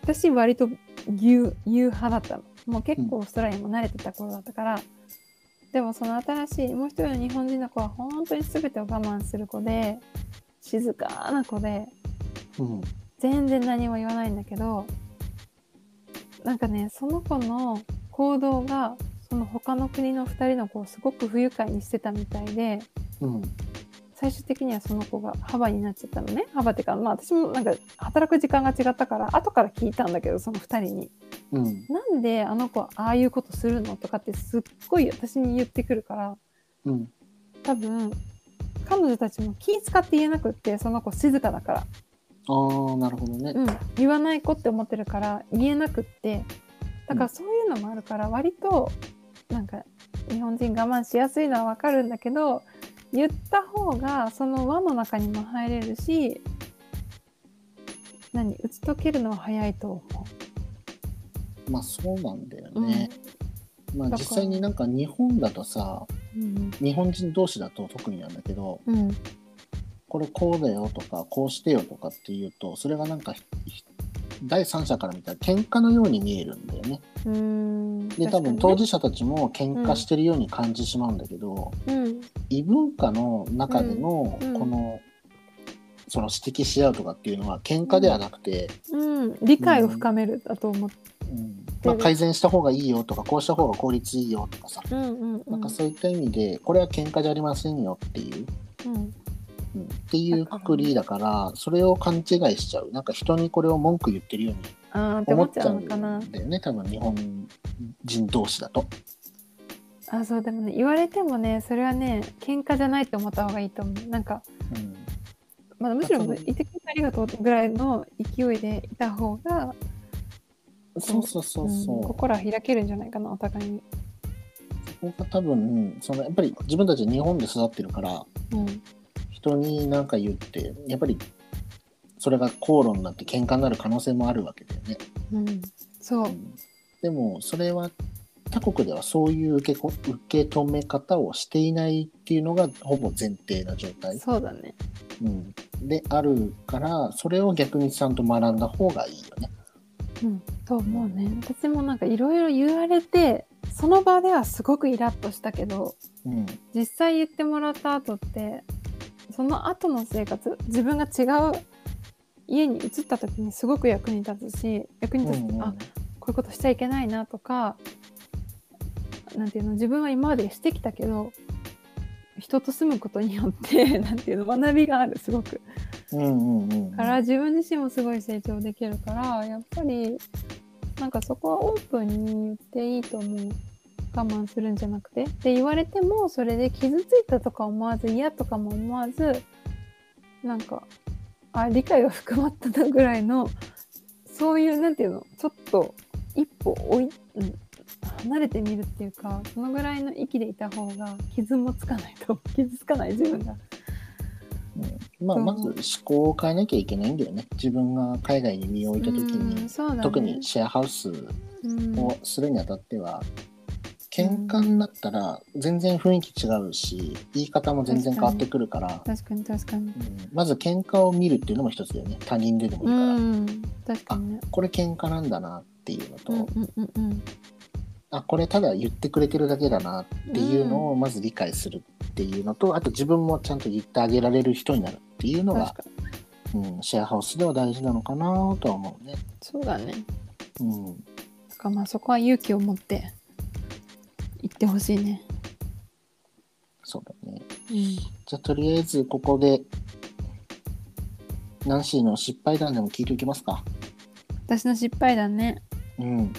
Speaker 2: 私割と牛牛派だったのもう結構オーストラリアも慣れてた頃だったから、でもその新しいもう一人の日本人の子は本当に全てを我慢する子で静かな子で
Speaker 1: うん
Speaker 2: 全然何も言わないんだけどなんかねその子の行動がその他の国の2人の子をすごく不愉快にしてたみたいで
Speaker 1: うん
Speaker 2: 最終的にはその子が幅になっちゃったのね幅っていうかまあ私もなんか働く時間が違ったから後から聞いたんだけどその2人に
Speaker 1: うん
Speaker 2: なんであの子はああいうことするのとかってすっごい私に言ってくるから
Speaker 1: うん
Speaker 2: 多分彼女たちも気使って言えなくってその子静かだから
Speaker 1: ああなるほどね、
Speaker 2: うん、言わない子って思ってるから言えなくってだからそういうのもあるから割となんか日本人我慢しやすいのはわかるんだけど言った方がその輪の中にも入れるし何打ち解けるのは早いと思
Speaker 1: まあそうなんだよ
Speaker 2: う。
Speaker 1: ね、まあ
Speaker 2: だ
Speaker 1: 実
Speaker 2: から
Speaker 1: 際になんか日本だとさ
Speaker 2: うん
Speaker 1: 日本人同士だと特になんだけど
Speaker 2: うん
Speaker 1: これこうだよとかこうしてよとかっていうとそれがなんかひひ第三者から見たら喧嘩のように見えるんだよね。
Speaker 2: うん
Speaker 1: で多分当
Speaker 2: 確か
Speaker 1: 事者たちも喧嘩してるように感じしまうんだけど、
Speaker 2: にね
Speaker 1: 異文化の中でのこ
Speaker 2: うんうん
Speaker 1: の、その指摘し合うとかっていうのは喧嘩ではなくて、
Speaker 2: うん、うん、理解を深めるだと思って、
Speaker 1: うんまあ、改善した方がいいよとかこうした方が効率いいよとかさ
Speaker 2: うんうんうん、
Speaker 1: なんかそういった意味でこれは喧嘩じゃありませんよっていう、
Speaker 2: うん
Speaker 1: うん、っていうくくりだからそれを勘違いしちゃうなんか人にこれを文句言ってるように
Speaker 2: あーって
Speaker 1: 思っ
Speaker 2: 思っ
Speaker 1: ち
Speaker 2: ち
Speaker 1: ゃ
Speaker 2: ゃ
Speaker 1: う
Speaker 2: うんの
Speaker 1: だ
Speaker 2: かな
Speaker 1: よね多分日本人同士だと。
Speaker 2: あそうでもね言われてもねそれはね喧嘩じゃないと思った方がいいと思うなんか、
Speaker 1: うん
Speaker 2: まあ、むしろ
Speaker 1: あそう
Speaker 2: 「いてくれてありがとう」ぐらいの勢いでいた方が
Speaker 1: そうそうそう
Speaker 2: うん
Speaker 1: そう、こ
Speaker 2: 心は開けるんじゃないかなお互いに。
Speaker 1: こが多分そのやっぱり自分たち日本で育ってるから
Speaker 2: うん
Speaker 1: 人に何か言ってやっぱりそれが口論になって喧嘩になる可能性もあるわけだよね。
Speaker 2: うん、そううん
Speaker 1: でもそれは他国ではそういう受けこ受け止め方をしていないっていうのがほぼ前提な状態、
Speaker 2: そうだね
Speaker 1: うん、であるからそれを逆にちゃんと学んだ方がいいよね。
Speaker 2: うん、と思うね私もなんかいろいろ言われてその場ではすごくイラッとしたけど
Speaker 1: うん
Speaker 2: 実際言ってもらった後ってその後の生活自分が違う家に移った時にすごく役に立つし役に立つ、
Speaker 1: うんうん
Speaker 2: あこういうことしちゃいけないなとかなんていうの自分は今までしてきたけど人と住むことによって なんていうの学びがあるすごく
Speaker 1: うんうんうんうん
Speaker 2: から自分自身もすごい成長できるからやっぱりなんかそこはオープンに言っていいと思う我慢するんじゃなくてで言われてもそれで傷ついたとか思わず嫌とかも思わずなんかあ理解が深まったなぐらいのそういうなんていうのちょっと一歩おい、うん、離れてみるっていうかそのぐらいの域でいた方が傷もつかないと傷つかない自分が。
Speaker 1: まあ、
Speaker 2: うん
Speaker 1: まず思考を変えなきゃいけないんだよね。自分が海外に身を置いた時
Speaker 2: うん
Speaker 1: に、
Speaker 2: そうだね
Speaker 1: 特にシェアハウス
Speaker 2: うん
Speaker 1: をするにあたっては喧嘩になったら全然雰囲気違うし言い方も全然変わってくるから、
Speaker 2: 確かに確かに。
Speaker 1: うんまず喧嘩を見るっていうのも一つだよね他人ででもいいから、
Speaker 2: うん、確かにね。
Speaker 1: これ喧嘩なんだなっていうのと、
Speaker 2: うんうんうんうん。
Speaker 1: あこれただ言ってくれてるだけだなっていうのをまず理解するっていうのと、あと自分もちゃんと言ってあげられる人になるっていうのが
Speaker 2: 確、かに。
Speaker 1: うん、シェアハウスでは大事なのかなとは思うね。
Speaker 2: そうだね。
Speaker 1: うん
Speaker 2: だからまあそこは勇気を持って行ってほしいね。
Speaker 1: そうだね。じゃあとりあえずここでナンシーの失敗談でも聞いておきますか。
Speaker 2: 私の失敗談ね
Speaker 1: うん。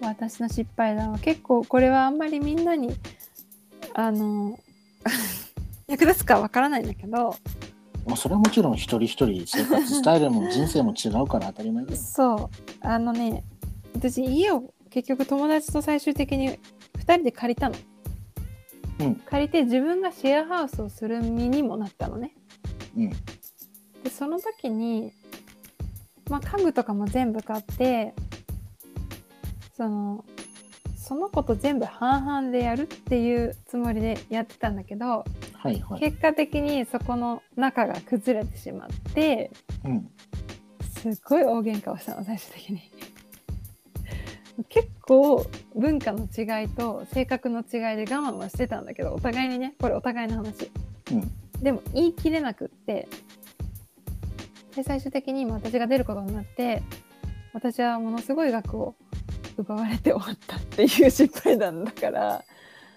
Speaker 2: 私の失敗談は結構これはあんまりみんなにあの 役立つかわからないんだけど
Speaker 1: まあ、それはもちろん一人一人生活スタイルも人生も違うから当たり前だよ。
Speaker 2: そうあのね私家を結局友達と最終的に2人で借りたの、
Speaker 1: うん
Speaker 2: 借りて自分がシェアハウスをする身にもなったのね
Speaker 1: うん。
Speaker 2: でその時に、まあ、家具とかも全部買ってそのその子と全部半々でやるっていうつもりでやってたんだけど
Speaker 1: はいはい。
Speaker 2: 結果的にそこの仲が崩れてしまって
Speaker 1: うん。
Speaker 2: すっごい大喧嘩をしたの最終的に。結構文化の違いと性格の違いで我慢はしてたんだけどお互いにねこれお互いの話、
Speaker 1: うん
Speaker 2: でも言い切れなくってで最終的に今私が出ることになって私はものすごい額を奪われて終わったっていう失敗談だから。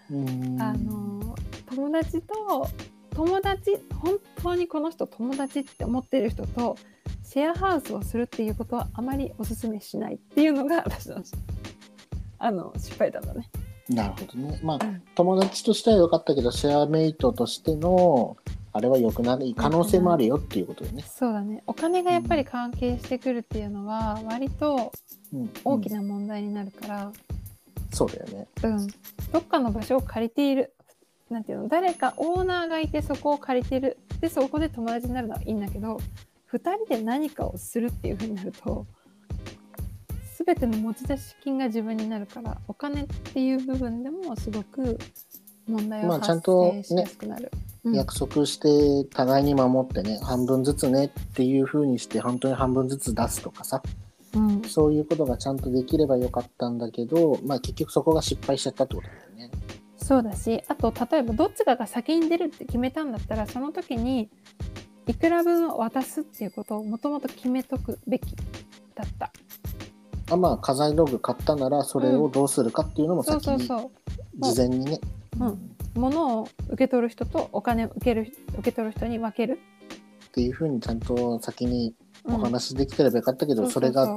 Speaker 1: うーん
Speaker 2: あの友達と友達本当にこの人友達って思ってる人とシェアハウスをするっていうことはあまりおすすめしないっていうのが私のあの失敗だったね。
Speaker 1: なるほどね。まあ
Speaker 2: うん
Speaker 1: 友達としては良かったけどシェアメイトとしてのあれは良くない可能性もあるよっていうことでね。
Speaker 2: そうだねお金がやっぱり関係してくるっていうのは割と
Speaker 1: うん、
Speaker 2: 大き
Speaker 1: うん
Speaker 2: な問題になるから、
Speaker 1: そうだよね。
Speaker 2: うんどっかの場所を借りているなんていうの誰かオーナーがいてそこを借りてるでそこで友達になるのはいいんだけど2人で何かをするっていうふうになると全ての持ち出し金が自分になるからお金っていう部分でもすごく問題
Speaker 1: まあ
Speaker 2: を
Speaker 1: ちゃ
Speaker 2: 発
Speaker 1: んと
Speaker 2: 生しやすくなる。うん
Speaker 1: 約束して互いに守ってね半分ずつねっていう風にして本当に半分ずつ出すとかさ
Speaker 2: うん
Speaker 1: そういうことがちゃんとできればよかったんだけどまあ結局そこが失敗しちゃったってことだよね。
Speaker 2: そうだしあと例えばどっちかが先に出るって決めたんだったらその時にいくら分を渡すっていうことをもともと決めとくべきだった。
Speaker 1: あまあ家財道具買ったならそれをどうするかっていうのも
Speaker 2: そう
Speaker 1: 先
Speaker 2: そう
Speaker 1: に
Speaker 2: そ
Speaker 1: 事前にね。
Speaker 2: うんう物を受け取る人とお金を受ける受け取る人に分ける、
Speaker 1: っていう風にちゃんと先に
Speaker 2: うん
Speaker 1: お話できてればよかったけど、
Speaker 2: ううう
Speaker 1: それが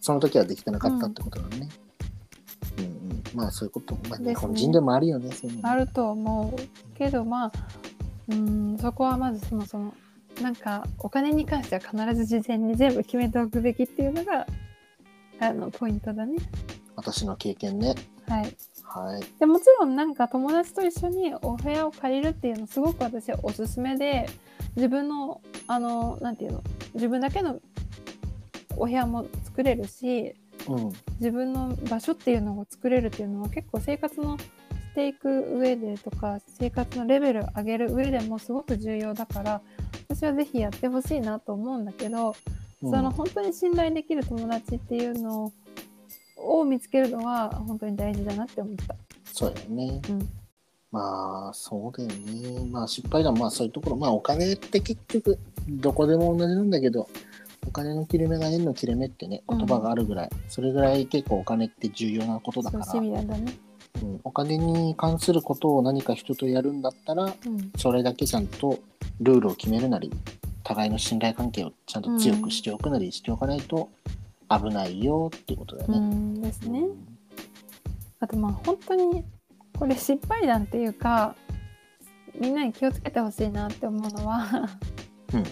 Speaker 1: その時はできてなかったってことだね。うんうん、まあそういうこと、まあ、
Speaker 2: ですね
Speaker 1: 日本人でもあるよね。そういうのね
Speaker 2: あると思うけどまあうんそこはまずそもそもなんかお金に関しては必ず事前に全部決めておくべきっていうのがあのポイントだね。
Speaker 1: 私の経験ね。
Speaker 2: はい、
Speaker 1: はい。
Speaker 2: でもちろんなんか友達と一緒にお部屋を借りるっていうのすごく私はおすすめで自分のあのなんていうの自分だけのお部屋も作れるし
Speaker 1: うん。
Speaker 2: 自分の場所っていうのを作れるっていうのは結構生活のしていく上でとか生活のレベルを上げる上でもすごく重要だから私はぜひやってほしいなと思うんだけ
Speaker 1: う
Speaker 2: ど、
Speaker 1: ん
Speaker 2: その本当に信頼できる友達っていうのを見つけるのは本当に大事だなって思った。
Speaker 1: そうだよね。
Speaker 2: うん
Speaker 1: まあそうだよね。まあ失敗談まあそういうところまあお金って結局どこでも同じなんだけどお金の切れ目が縁の切れ目ってね言葉があるぐらい、それぐらい結構お金って重要なことだか
Speaker 2: そう
Speaker 1: ら
Speaker 2: シビアだね、
Speaker 1: うん、お金に関することを何か人とやるんだったら
Speaker 2: うん
Speaker 1: それだけちゃんとルールを決めるなり互いの信頼関係をちゃんと強くしておくなりしておかないと危ないよっていうことだよ
Speaker 2: う
Speaker 1: ね。
Speaker 2: んですね。
Speaker 1: うん
Speaker 2: あとまあ本当にこれ失敗談っていうかみんなに気をつけてほしいなって思うのは、
Speaker 1: うん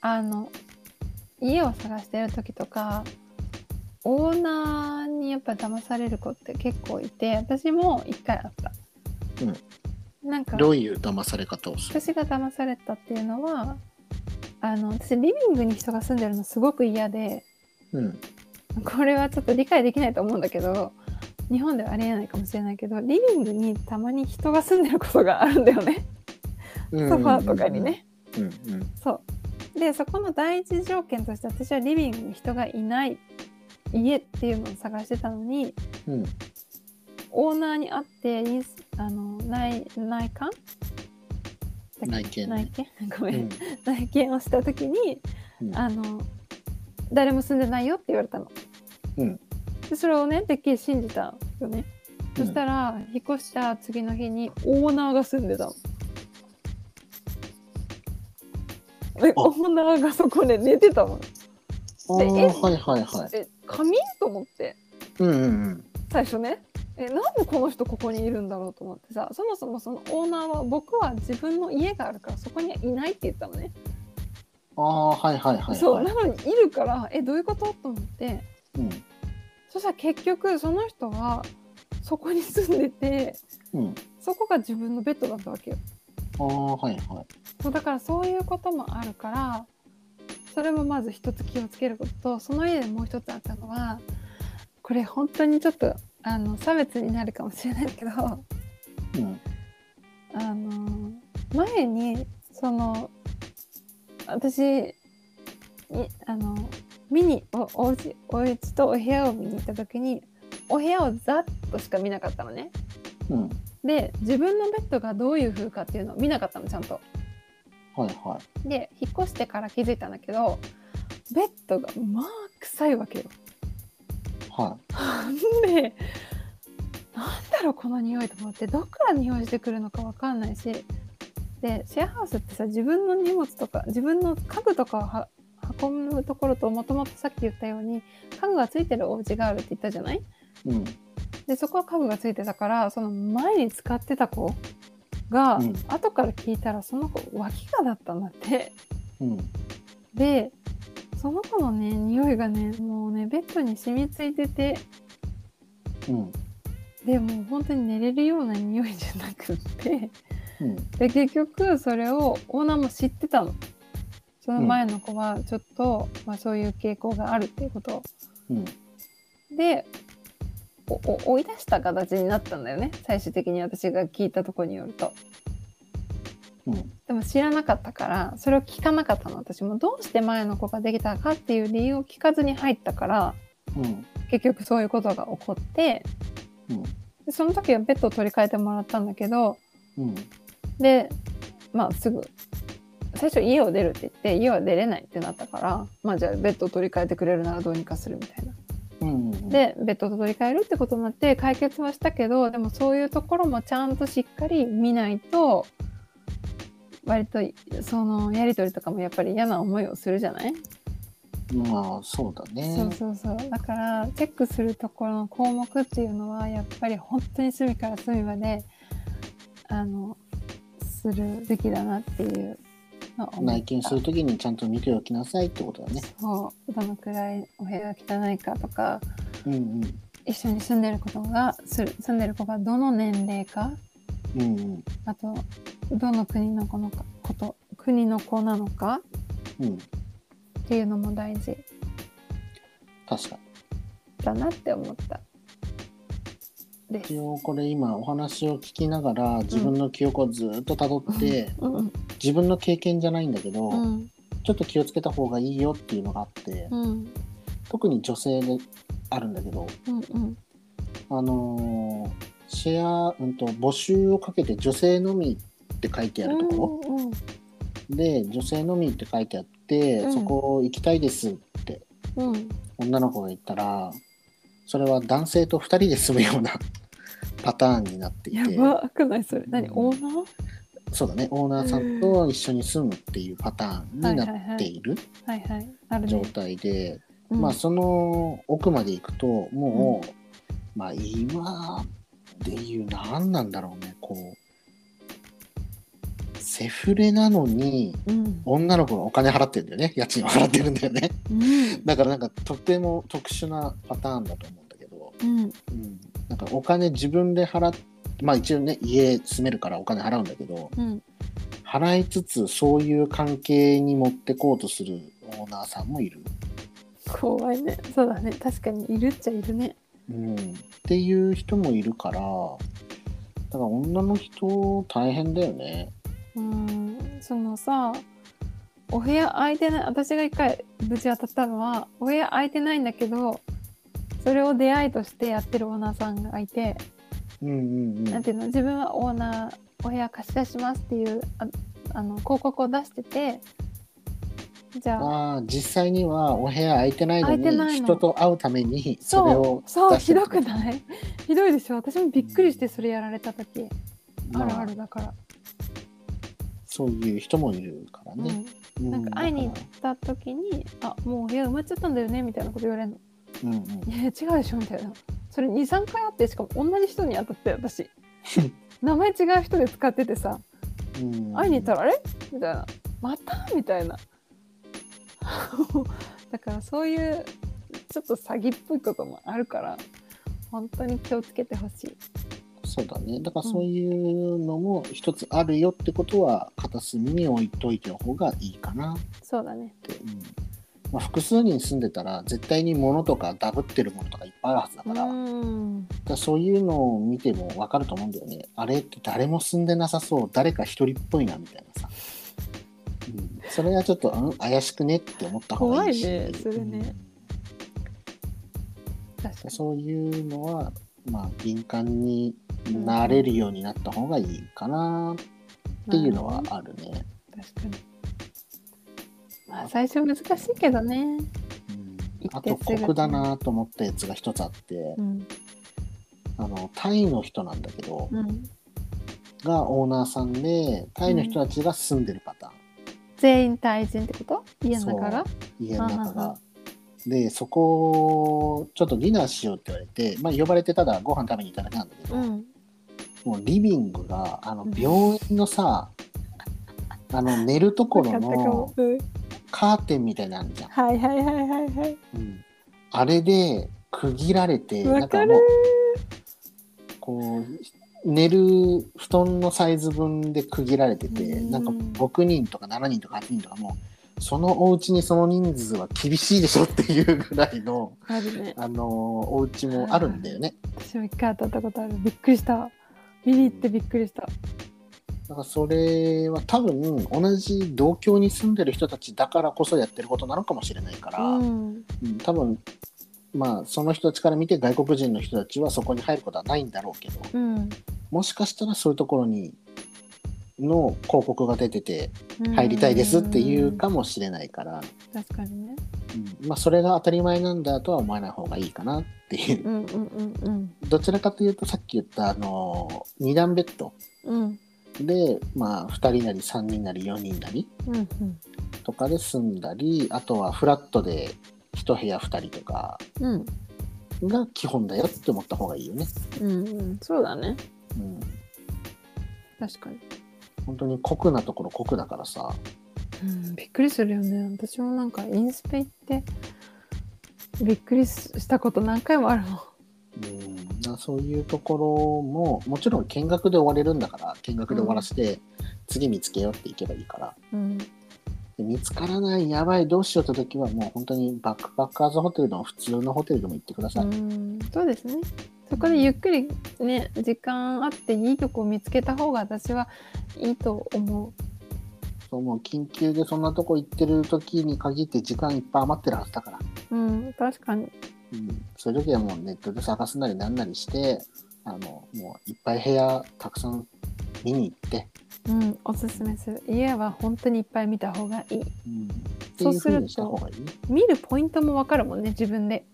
Speaker 2: あの家を探してる時とかオーナーにやっぱ騙される子って結構いて私も一回あった。なんか
Speaker 1: どういう騙され方をする
Speaker 2: 私が騙されたっていうのはあの私リビングに人が住んでるのすごく嫌で。
Speaker 1: うん
Speaker 2: これはちょっと理解できないと思うんだけど日本ではありえないかもしれないけどリビングにたまに人が住んでることがあるんだよね
Speaker 1: うん
Speaker 2: ソファーとかにね。
Speaker 1: うんうん
Speaker 2: そうでそこの第一条件として私はリビングに人がいない家っていうのを探してたのに
Speaker 1: うん
Speaker 2: オーナーに会ってインスあの内内観
Speaker 1: 内見
Speaker 2: 内
Speaker 1: ね
Speaker 2: 見ご
Speaker 1: う
Speaker 2: めん、
Speaker 1: ん
Speaker 2: 内見をした時に、
Speaker 1: うん
Speaker 2: あの誰も住んでないよって言われたの、
Speaker 1: うん
Speaker 2: でそれをねてっきり信じたよねそしたら引っ越した次の日にオーナーが住んでたの。で
Speaker 1: あ
Speaker 2: オーナーがそこで寝てたの。
Speaker 1: ああ
Speaker 2: でえ
Speaker 1: はいはいはい
Speaker 2: え仮眠と思って
Speaker 1: うんうんうん
Speaker 2: 最初ねえなんでこの人ここにいるんだろうと思ってさそもそもそのオーナーは僕は自分の家があるからそこにはいないって言ったのね。
Speaker 1: ああはいはいはいはい
Speaker 2: そうなのにいるからえどういうことと思って。
Speaker 1: うん
Speaker 2: そしたら結局その人はそこに住んでて
Speaker 1: うん
Speaker 2: そこが自分のベッドだったわけよ
Speaker 1: ああはいはい
Speaker 2: そうだからそういうこともあるからそれもまず一つ気をつけることとその家でもう一つあったのはこれ本当にちょっとあの差別になるかもしれないけどあ
Speaker 1: うん
Speaker 2: の前にその私にあの見におおうちお家とお部屋を見に行った時にお部屋をざっとしか見なかったのね。
Speaker 1: うん
Speaker 2: で自分のベッドがどういう風かっていうのを見なかったのちゃんと。
Speaker 1: はいは
Speaker 2: で引っ越してから気づいたんだけどベッドがまあ臭いわけよ。
Speaker 1: いは
Speaker 2: でなんだろうこの匂いと思ってどっから匂いしてくるのかわかんないしでシェアハウスってさ自分の荷物とか自分の家具とかをは運ぶところともともとさっき言ったように家具がついてるお家があるって言ったじゃない
Speaker 1: いうん
Speaker 2: でそこは家具がついてたからその前に使ってた子が、
Speaker 1: うん
Speaker 2: 後から聞いたらその子脇がだったんだって
Speaker 1: うん
Speaker 2: でその子のね匂いがねもうねベッドに染みついてて
Speaker 1: うん
Speaker 2: でもう本当に寝れるような匂いじゃなくって
Speaker 1: うん
Speaker 2: で結局それをオーナーも知ってたのその前の子はちょっと、まあ、そういう傾向があるっていうことを
Speaker 1: うん
Speaker 2: でおお追い出した形になったんだよね最終的に私が聞いたとこによると
Speaker 1: うん
Speaker 2: でも知らなかったからそれを聞かなかったの私もどうして前の子ができたかっていう理由を聞かずに入ったから
Speaker 1: うん
Speaker 2: 結局そういうことが起こって
Speaker 1: うん
Speaker 2: でその時はベッドを取り替えてもらったんだけど
Speaker 1: うん
Speaker 2: でまあすぐ最初家を出るって言って家は出れないってなったからまあじゃあベッドを取り替えてくれるならどうにかするみたいな。
Speaker 1: うんうん
Speaker 2: でベッドと取り替えるってことになって解決はしたけどでもそういうところもちゃんとしっかり見ないと割とそのやり取りとかもやっぱり嫌な思いをするじゃない、
Speaker 1: まあそうだね
Speaker 2: そうそうそうだからチェックするところの項目っていうのはやっぱり本当に隅から隅まであのするべきだなっていうのは思った
Speaker 1: 内見するときにちゃんと見ておきなさいってことだね
Speaker 2: そうどのくらいお部屋が汚いかとか
Speaker 1: うん
Speaker 2: 一緒に住んでることがする住んでる子がどの年齢か
Speaker 1: うんうんうん
Speaker 2: あとどの国の子のかこと国の子なのか
Speaker 1: うん
Speaker 2: っていうのも大事
Speaker 1: 確かに
Speaker 2: だなって思ったです
Speaker 1: 一。応これ今お話を聞きながら自分の記憶をずっと辿って、
Speaker 2: うん
Speaker 1: 自分の経験じゃないんだけど、
Speaker 2: うん
Speaker 1: ちょっと気をつけた方がいいよっていうのがあって
Speaker 2: うん
Speaker 1: 特に女性であるんだけど
Speaker 2: うんうん
Speaker 1: あのーシェア、うん、と募集をかけて女性のみって書いてあるとこ
Speaker 2: うん
Speaker 1: ろで女性のみって書いてあって、
Speaker 2: うん
Speaker 1: そこ行きたいですって
Speaker 2: うんうん
Speaker 1: 女の子が言ったらそれは男性と2人で住むような パターンになってい
Speaker 2: や
Speaker 1: て
Speaker 2: ばくないそれ何
Speaker 1: うん
Speaker 2: オーナー
Speaker 1: そうだねオーナーさんと一緒に住むっていうパターンにな
Speaker 2: はいはい
Speaker 1: っている
Speaker 2: はいはいある
Speaker 1: 状
Speaker 2: ね。
Speaker 1: 態で、
Speaker 2: うん
Speaker 1: まあその奥まで行くともう、まあ今でいう何なんだろうねこうセフレなのに
Speaker 2: うん
Speaker 1: 女の子がお金払ってるんだよね家賃を払ってるんだよね
Speaker 2: うん
Speaker 1: だからなんかとても特殊なパターンだと思うんだけど、
Speaker 2: うん
Speaker 1: うん、なんかお金自分で払ってまあ一応ね家住めるからお金払うんだけど
Speaker 2: うん
Speaker 1: 払いつつそういう関係に持ってこうとするオーナーさんもいる。
Speaker 2: 怖いねそうだね確かにいるっちゃいるね。
Speaker 1: うん、っていう人もいるからだから女の人大変だよね。
Speaker 2: うんそのさお部屋空いてない私が一回ぶち当たったのはお部屋空いてないんだけどそれを出会いとしてやってるオーナーさんがいて、
Speaker 1: うんうんう
Speaker 2: なん
Speaker 1: ん
Speaker 2: ていうの自分はオーナーお部屋貸し出しますっていうああの広告を出しててじゃあ
Speaker 1: あー実際にはお部屋空いてないのに
Speaker 2: 空いてないの
Speaker 1: 人と会うためにそれ
Speaker 2: そ
Speaker 1: を
Speaker 2: うそう
Speaker 1: 出して
Speaker 2: ひ
Speaker 1: る
Speaker 2: どくない ひどいでしょ私もびっくりしてそれやられた時あ
Speaker 1: ま
Speaker 2: るあ
Speaker 1: あ
Speaker 2: るだから、
Speaker 1: そういう人もいるから
Speaker 2: う
Speaker 1: ね、
Speaker 2: ん、
Speaker 1: う
Speaker 2: なんか会いに行っ
Speaker 1: だか
Speaker 2: た時に「あもうお部屋埋まっちゃったんだよね」みたいなこと言われるの
Speaker 1: らうんうん
Speaker 2: 「いや違うでしょ」みたいなそれ23回あってしかも同じ人に当たっ て私名前違う人で使っててさ
Speaker 1: うん
Speaker 2: 会いに行ったら「あれ?」みたいな「また?」みたいな だからそういうちょっと詐欺っぽいこともあるから本当に気をつけてほしい
Speaker 1: そうだねだからそういうのも一つあるよってことは片隅に置いといた方がいいかなっ
Speaker 2: そうだね
Speaker 1: て、うんまあ、複数人住んでたら絶対に物とかダブってるものとかいっぱいあるはずだ
Speaker 2: う
Speaker 1: から,、だか
Speaker 2: ん
Speaker 1: らそういうのを見ても分かると思うんだよねあれって誰も住んでなさそう誰か一人っぽいなみたいなさ、うん、それはちょっと、うん、怪しくねって思った方がいいし
Speaker 2: 怖いねそれね
Speaker 1: うん
Speaker 2: 確かに
Speaker 1: そういうのは、まあ、敏感になれるようになった方がいいかなっていうのはあるね。
Speaker 2: 確かにまあ最初難しいけどね
Speaker 1: うん
Speaker 2: 行
Speaker 1: あ
Speaker 2: ってす
Speaker 1: と
Speaker 2: ぐね
Speaker 1: 酷だなと思ったやつが一つあって
Speaker 2: うん
Speaker 1: あのタイの人なんだけど
Speaker 2: うん
Speaker 1: がオーナーさんでタイの人たちが住んでるパターン、
Speaker 2: 全員対人ってこと家の中が
Speaker 1: 家の中
Speaker 2: はんはんは
Speaker 1: が。でそこをちょっとディナーしようって言われて、まあ、呼ばれてただご飯食べに行っただけなんだけど、
Speaker 2: うん
Speaker 1: もうリビングがあの
Speaker 2: うん
Speaker 1: 病院のさ、あの寝るところ
Speaker 2: なかったか
Speaker 1: の
Speaker 2: もうん
Speaker 1: カーテンみたいなのあるじゃん、
Speaker 2: はいはいはいはいはい
Speaker 1: あれで区切られてな
Speaker 2: わ
Speaker 1: んか
Speaker 2: かる
Speaker 1: もうこう寝る布団のサイズ分で区切られてて
Speaker 2: うん
Speaker 1: なんか6人とか7人とか8人とかもうそのお家にその人数は厳しいでしょっていうぐらいの、
Speaker 2: あるね
Speaker 1: あのーお家もあるんだよね。
Speaker 2: 私も一回当たったことあるびっくりした見に行ってびっくりした
Speaker 1: だからそれは多分同じ同居に住んでる人たちだからこそやってることなのかもしれないから。
Speaker 2: うん
Speaker 1: うん多分まあその人たちから見て外国人の人たちはそこに入ることはないんだろうけど
Speaker 2: うん
Speaker 1: もしかしたらそういうところにの広告が出てて入りたいですっていうかもしれないから、
Speaker 2: うん確かにね
Speaker 1: うんまあそれが当たり前なんだとは思わない方がいいかなっていう
Speaker 2: うんうんうんうん
Speaker 1: どちらかというとさっき言ったあの2段ベッド
Speaker 2: うん
Speaker 1: でまあ2人なり3人なり4人なり
Speaker 2: うんうん
Speaker 1: とかで住んだりあとはフラットで1部屋2人とか
Speaker 2: うん
Speaker 1: が基本だよって思った方がいいよね。
Speaker 2: うんうんそうだね
Speaker 1: うん
Speaker 2: 確かに
Speaker 1: 本当に酷なところ酷だからさ、
Speaker 2: うん、びっくりするよね私もなんかインスペ行ってびっくりしたこと何回もあるもん
Speaker 1: うん、だからそういうところももちろん見学で終われるんだから見学で終わらせて、次見つけようっていけばいいから
Speaker 2: うん
Speaker 1: で見つからないやばいどうしようって時はもう本当にバックパッカーズホテルでも普通のホテルでも行ってください、
Speaker 2: うんそうですねそこでゆっくりね時間あっていいとこを見つけた方が私はいいと思
Speaker 1: そうもう緊急でそんなとこ行ってる時に限って時間いっぱい余ってるはずだから、
Speaker 2: ううん確かに
Speaker 1: うん、そういう時はもうネットで探すなりなんなりしてあのもういっぱい部屋たくさん見に行って、
Speaker 2: うんおすすめする家は本当にいっぱい見た方がいい
Speaker 1: うん、ってい
Speaker 2: そう
Speaker 1: うふ
Speaker 2: すると
Speaker 1: うにした方がいいね。
Speaker 2: 見るポイントもわかるもんね自分で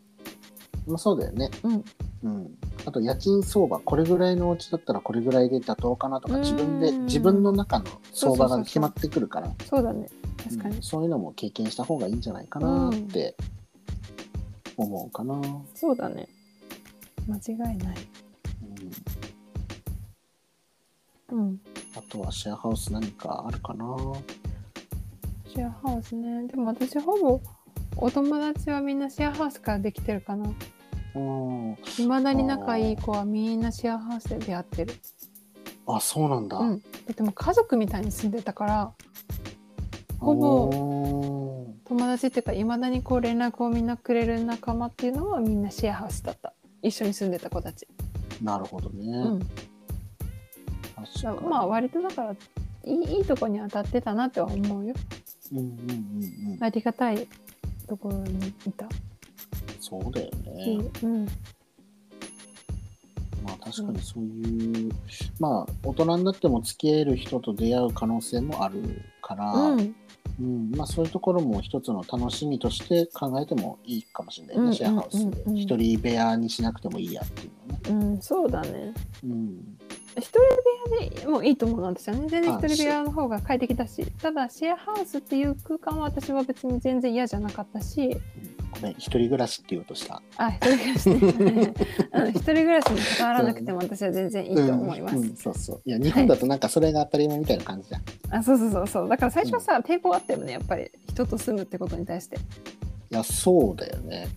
Speaker 1: まあ、そうだよね。
Speaker 2: うん。
Speaker 1: うん。あと、家賃相場、これぐらいのお家だったらこれぐらいで妥当かなとか、
Speaker 2: うん
Speaker 1: 自分で、自分の中の相場が決まってくるから、
Speaker 2: そうだね確かに、
Speaker 1: うんそういうのも経験した方がいいんじゃないかなって思うかな。うん
Speaker 2: そうだね間違いないうん
Speaker 1: あとはシェアハウス何かあるかな
Speaker 2: シェアハウスねでも私ほぼお友達はみんなシェアハウスからできてるかな
Speaker 1: うん。
Speaker 2: 未だに仲いい子はみんなシェアハウスで出会ってる
Speaker 1: あ、そうなんだ。
Speaker 2: うんだってもう家族みたいに住んでたからほぼ
Speaker 1: ぼ。
Speaker 2: 友達っていうか未だにこう連絡をみんなくれる仲間っていうのはみんなシェアハウスだった一緒に住んでた子たち、
Speaker 1: なるほどね。
Speaker 2: うん、
Speaker 1: 確
Speaker 2: だ
Speaker 1: かに
Speaker 2: まあ割とだからいいいいとこに当たってたなっては思うよ
Speaker 1: うんうんうんうん。
Speaker 2: ありがたいところにいた
Speaker 1: そうだよね。
Speaker 2: し、うん、
Speaker 1: まあ確かにそういう、まあ大人になっても付き合える人と出会う可能性もあるから、
Speaker 2: うん、
Speaker 1: うんまあ、そういうところも一つの楽しみとして考えてもいいかもしれないね、
Speaker 2: うん
Speaker 1: シェアハウスで
Speaker 2: うんうん
Speaker 1: 一人部屋にしなくてもいいやっていうのはね、
Speaker 2: うん、そうだね。
Speaker 1: うん、
Speaker 2: 一人部屋でもいいと思うんですよね。全然
Speaker 1: あ
Speaker 2: 一人部屋の方が快適だし、ただシェアハウスっていう空間は私は別に全然嫌じゃなかったし、
Speaker 1: ごめん一人暮らしって言おうとした
Speaker 2: あ、一人暮ら しねうん一人暮らしに関わらなくても私は全然いいと思います。
Speaker 1: うんうんそうそういや日本だとなんかそれが当たり前みたいな感じじゃん、
Speaker 2: あ、そうそうそうそう。だから最初はさ、抵抗あったよね、やっぱり人と住むってことに対して。
Speaker 1: いやそうだよね、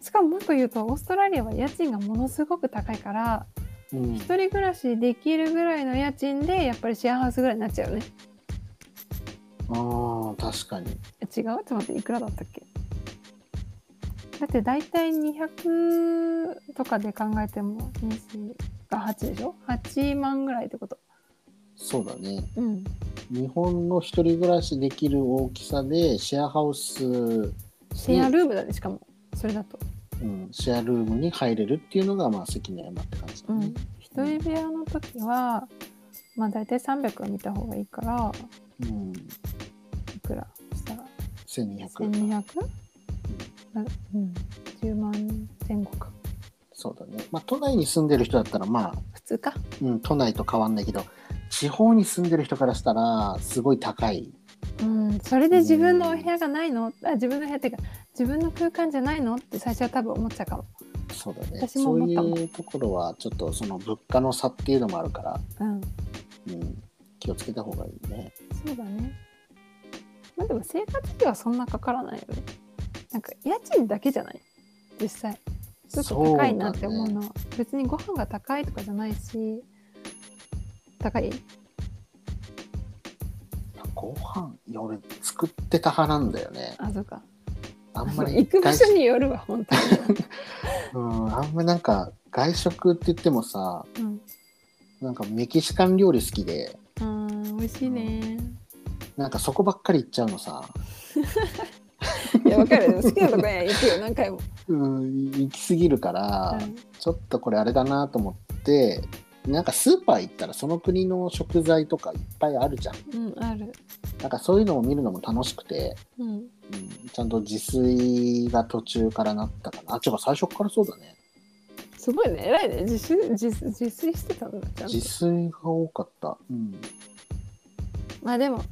Speaker 2: しかももっと言うとオーストラリアは家賃がものすごく高いから
Speaker 1: うん、
Speaker 2: 一人暮らしできるぐらいの家賃でやっぱりシェアハウスぐらいになっちゃうよね
Speaker 1: ああ確かに
Speaker 2: え違うちょっと待っていくらだったっけだって大体200とかで考えても20が8でしょ8万ぐらいってこと
Speaker 1: そうだね
Speaker 2: うん
Speaker 1: 日本の一人暮らしできる大きさでシェアハウスに
Speaker 2: シェアルームだねしかもそれだと
Speaker 1: うん、シェアルームに入れるっていうのがまあ関の山って感じだ
Speaker 2: うん
Speaker 1: ね、
Speaker 2: 一人部屋の時はまあ大体300は見た方がいいから
Speaker 1: うん、
Speaker 2: いくらしたら
Speaker 1: 1200
Speaker 2: 1200? あうん、10万前後か
Speaker 1: そうだね、まあ、都内に住んでる人だったらまあ、
Speaker 2: 普通か
Speaker 1: うん、都内と変わんないけど地方に住んでる人からしたらすごい高い
Speaker 2: うんそれで自分のお部屋がないのあ自分の部屋っていうか自分の空間じゃないのって最初は多分思っちゃうかも
Speaker 1: そうだね
Speaker 2: 私も思ったもん
Speaker 1: そういうところはちょっとその物価の差っていうのもあるから、
Speaker 2: うん
Speaker 1: うん、気をつけた方がいいね
Speaker 2: そうだねまあでも生活費はそんなかからないよねなんか家賃だけじゃない実際ちょっと高いなって思う
Speaker 1: そだ
Speaker 2: の
Speaker 1: ね
Speaker 2: は別にご飯が高いとかじゃないし高い
Speaker 1: ご飯いや俺作ってた派なんだよね
Speaker 2: あそうか
Speaker 1: あんまり
Speaker 2: 行く場
Speaker 1: 外食
Speaker 2: 所によるわ本当
Speaker 1: うん、あんまなんか外食って言ってもさ
Speaker 2: に
Speaker 1: なんかメキシカン料理好きで
Speaker 2: うんうん美味しいね
Speaker 1: なんかそこばっかり行っちゃうのさ、
Speaker 2: いやわかるでも好きなとこには行くよ何回も、
Speaker 1: うん、行き過ぎるから、
Speaker 2: うん
Speaker 1: ちょっとこれあれだなと思ってなんかスーパー行ったらその国の食材とかいっぱいあるじゃん
Speaker 2: うん、ある。
Speaker 1: なんかそういうのを見るのも楽しくて、
Speaker 2: うん。
Speaker 1: うん、ちゃんと自炊が途中からなったかなあ違う最初からそうだね
Speaker 2: すごいね、偉いね、自炊、自自炊してたんだ、ちゃんと
Speaker 1: 自。炊が多かった、うん、
Speaker 2: まあ、でも。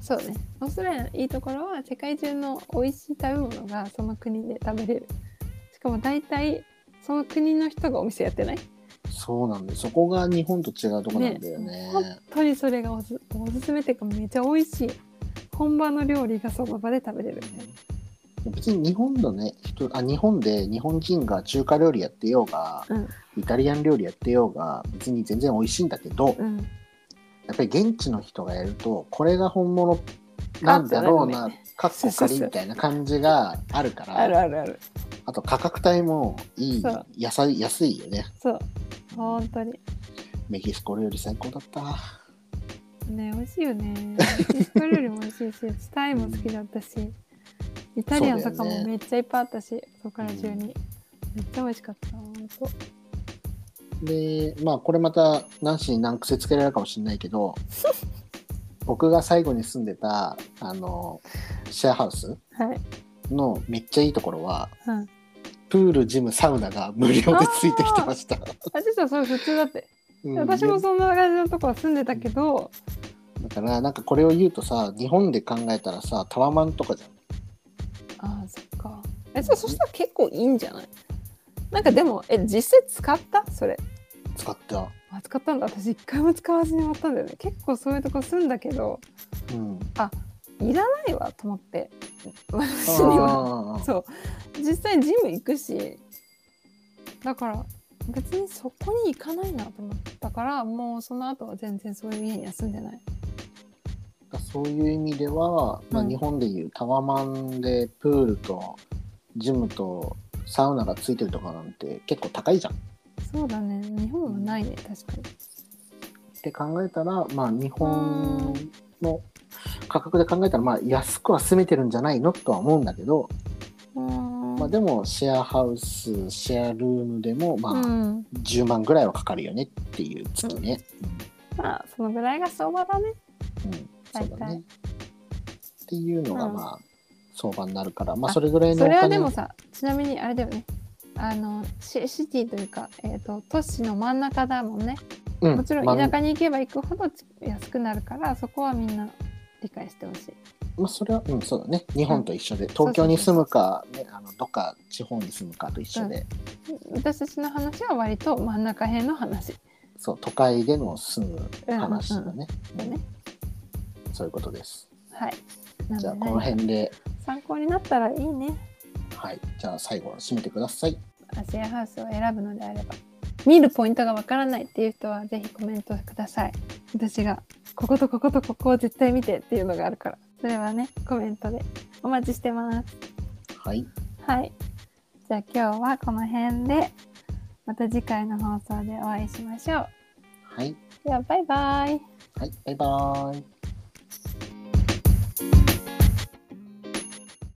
Speaker 2: そうね、オーストラリアのいいところは、世界中の美味しい食べ物が、その国で食べれる。しかも、大体、その国の人がお店やってない。
Speaker 1: そうなんでそこが日本と違うとこなんだよね
Speaker 2: 本当にそれがおす、おすすめっていうか、めちゃ美味しい。本場の料理がその場で食べれる。
Speaker 1: 別に日本のね人あ日本で日本人が中華料理やってようが、
Speaker 2: うん
Speaker 1: イタリアン料理やってようが別に全然美味しいんだけど、や
Speaker 2: うん。
Speaker 1: っぱり現地の人がやるとこれが本物なんだろう
Speaker 2: あ
Speaker 1: な
Speaker 2: ってなるね
Speaker 1: かっこかりみたいな感じがあるから
Speaker 2: あるあるある。
Speaker 1: あと価格帯もいい
Speaker 2: そう
Speaker 1: 野菜安いよね
Speaker 2: そう。本当に。
Speaker 1: メキシコ料理最高だった
Speaker 2: ね美味しいよねメキシコ料理も美味しいしタイも好きだったしイタリアンとか
Speaker 1: そうだよ
Speaker 2: も
Speaker 1: ね
Speaker 2: めっちゃいっぱいあったしそこから中に、めっちゃ美味しかった本当
Speaker 1: でまあこれまた何しに何癖つけられるかもしれないけ ど僕が最後に住んでたあのシェアハウス、
Speaker 2: はい、
Speaker 1: のめっちゃいいところは
Speaker 2: うん、
Speaker 1: プールジムサウナが無料でついてきてました、
Speaker 2: あ実はそれ普通だって
Speaker 1: うん
Speaker 2: 私もそんな感じのとこは住んでたけど、
Speaker 1: だからなんかこれを言うとさ日本で考えたらさタワマンとかじゃん
Speaker 2: あーそっかえそうそしたら結構いいんじゃないなんかでもえ実際使ったそれ
Speaker 1: 使った、
Speaker 2: あ使ったんだ私一回も使わずに終わったんだよね結構そういうとこ住んだけど
Speaker 1: うん、
Speaker 2: いらないわと思って私には
Speaker 1: あー
Speaker 2: そう実際ジム行くしだから別にそこに行かないなと思ったからもうその後は全然そういう家には住んでない
Speaker 1: そういう意味では、まあ、
Speaker 2: うん
Speaker 1: 日本でいうタワマンでプールとジムとサウナがついてるとかなんて結構高いじゃんっ
Speaker 2: そうだね日本はないね確かに
Speaker 1: て考えたらまあ日本の価格で考えたらまあ安くは済めてるんじゃないのとは思うんだけど、
Speaker 2: うーん
Speaker 1: まあ、でもシェアハウスシェアルームでもま
Speaker 2: う
Speaker 1: あ
Speaker 2: ん、
Speaker 1: 10万ぐらいはかかるよねっていう月ね、
Speaker 2: まあそのぐらいが相場だね
Speaker 1: うんそうだ
Speaker 2: 大
Speaker 1: ね
Speaker 2: 体
Speaker 1: っていうのが
Speaker 2: うん
Speaker 1: まあ相場になるから、まあ
Speaker 2: あ
Speaker 1: それぐらいの
Speaker 2: そ
Speaker 1: お
Speaker 2: れはで
Speaker 1: 金
Speaker 2: もさちなみにあれだよねあのシシティというか、えー、と都市の真ん中だもんね
Speaker 1: うん
Speaker 2: もちろん
Speaker 1: まあ
Speaker 2: 田舎に行けば行くほどち安くなるからそこはみんな理解してほしい
Speaker 1: まあ、それは、うん、そうだね。日本と一緒で、東京に住むか、ね、あの、どっか地方に住むかと一緒で、
Speaker 2: 私たちの話は割と真ん中辺の話
Speaker 1: そう、都会での住む話だね。
Speaker 2: うんうんうんだね
Speaker 1: うんそういうことです。
Speaker 2: はいな
Speaker 1: じゃあ、
Speaker 2: の
Speaker 1: こ
Speaker 2: で
Speaker 1: の
Speaker 2: ね
Speaker 1: 辺で、
Speaker 2: 参考になったらいいね
Speaker 1: はい。じゃあ、最後、締めてください。
Speaker 2: アジアハウスを選ぶのであれば見るポイントがわからないっていう人はぜひコメントください私がこことこことここを絶対見てっていうのがあるからそれはねコメントでお待ちしてます
Speaker 1: はい。
Speaker 2: はいじゃあ今日はこの辺でまた次回の放送でお会いしましょう
Speaker 1: はい。
Speaker 2: ではバイバイ
Speaker 1: はい。バイバーイ。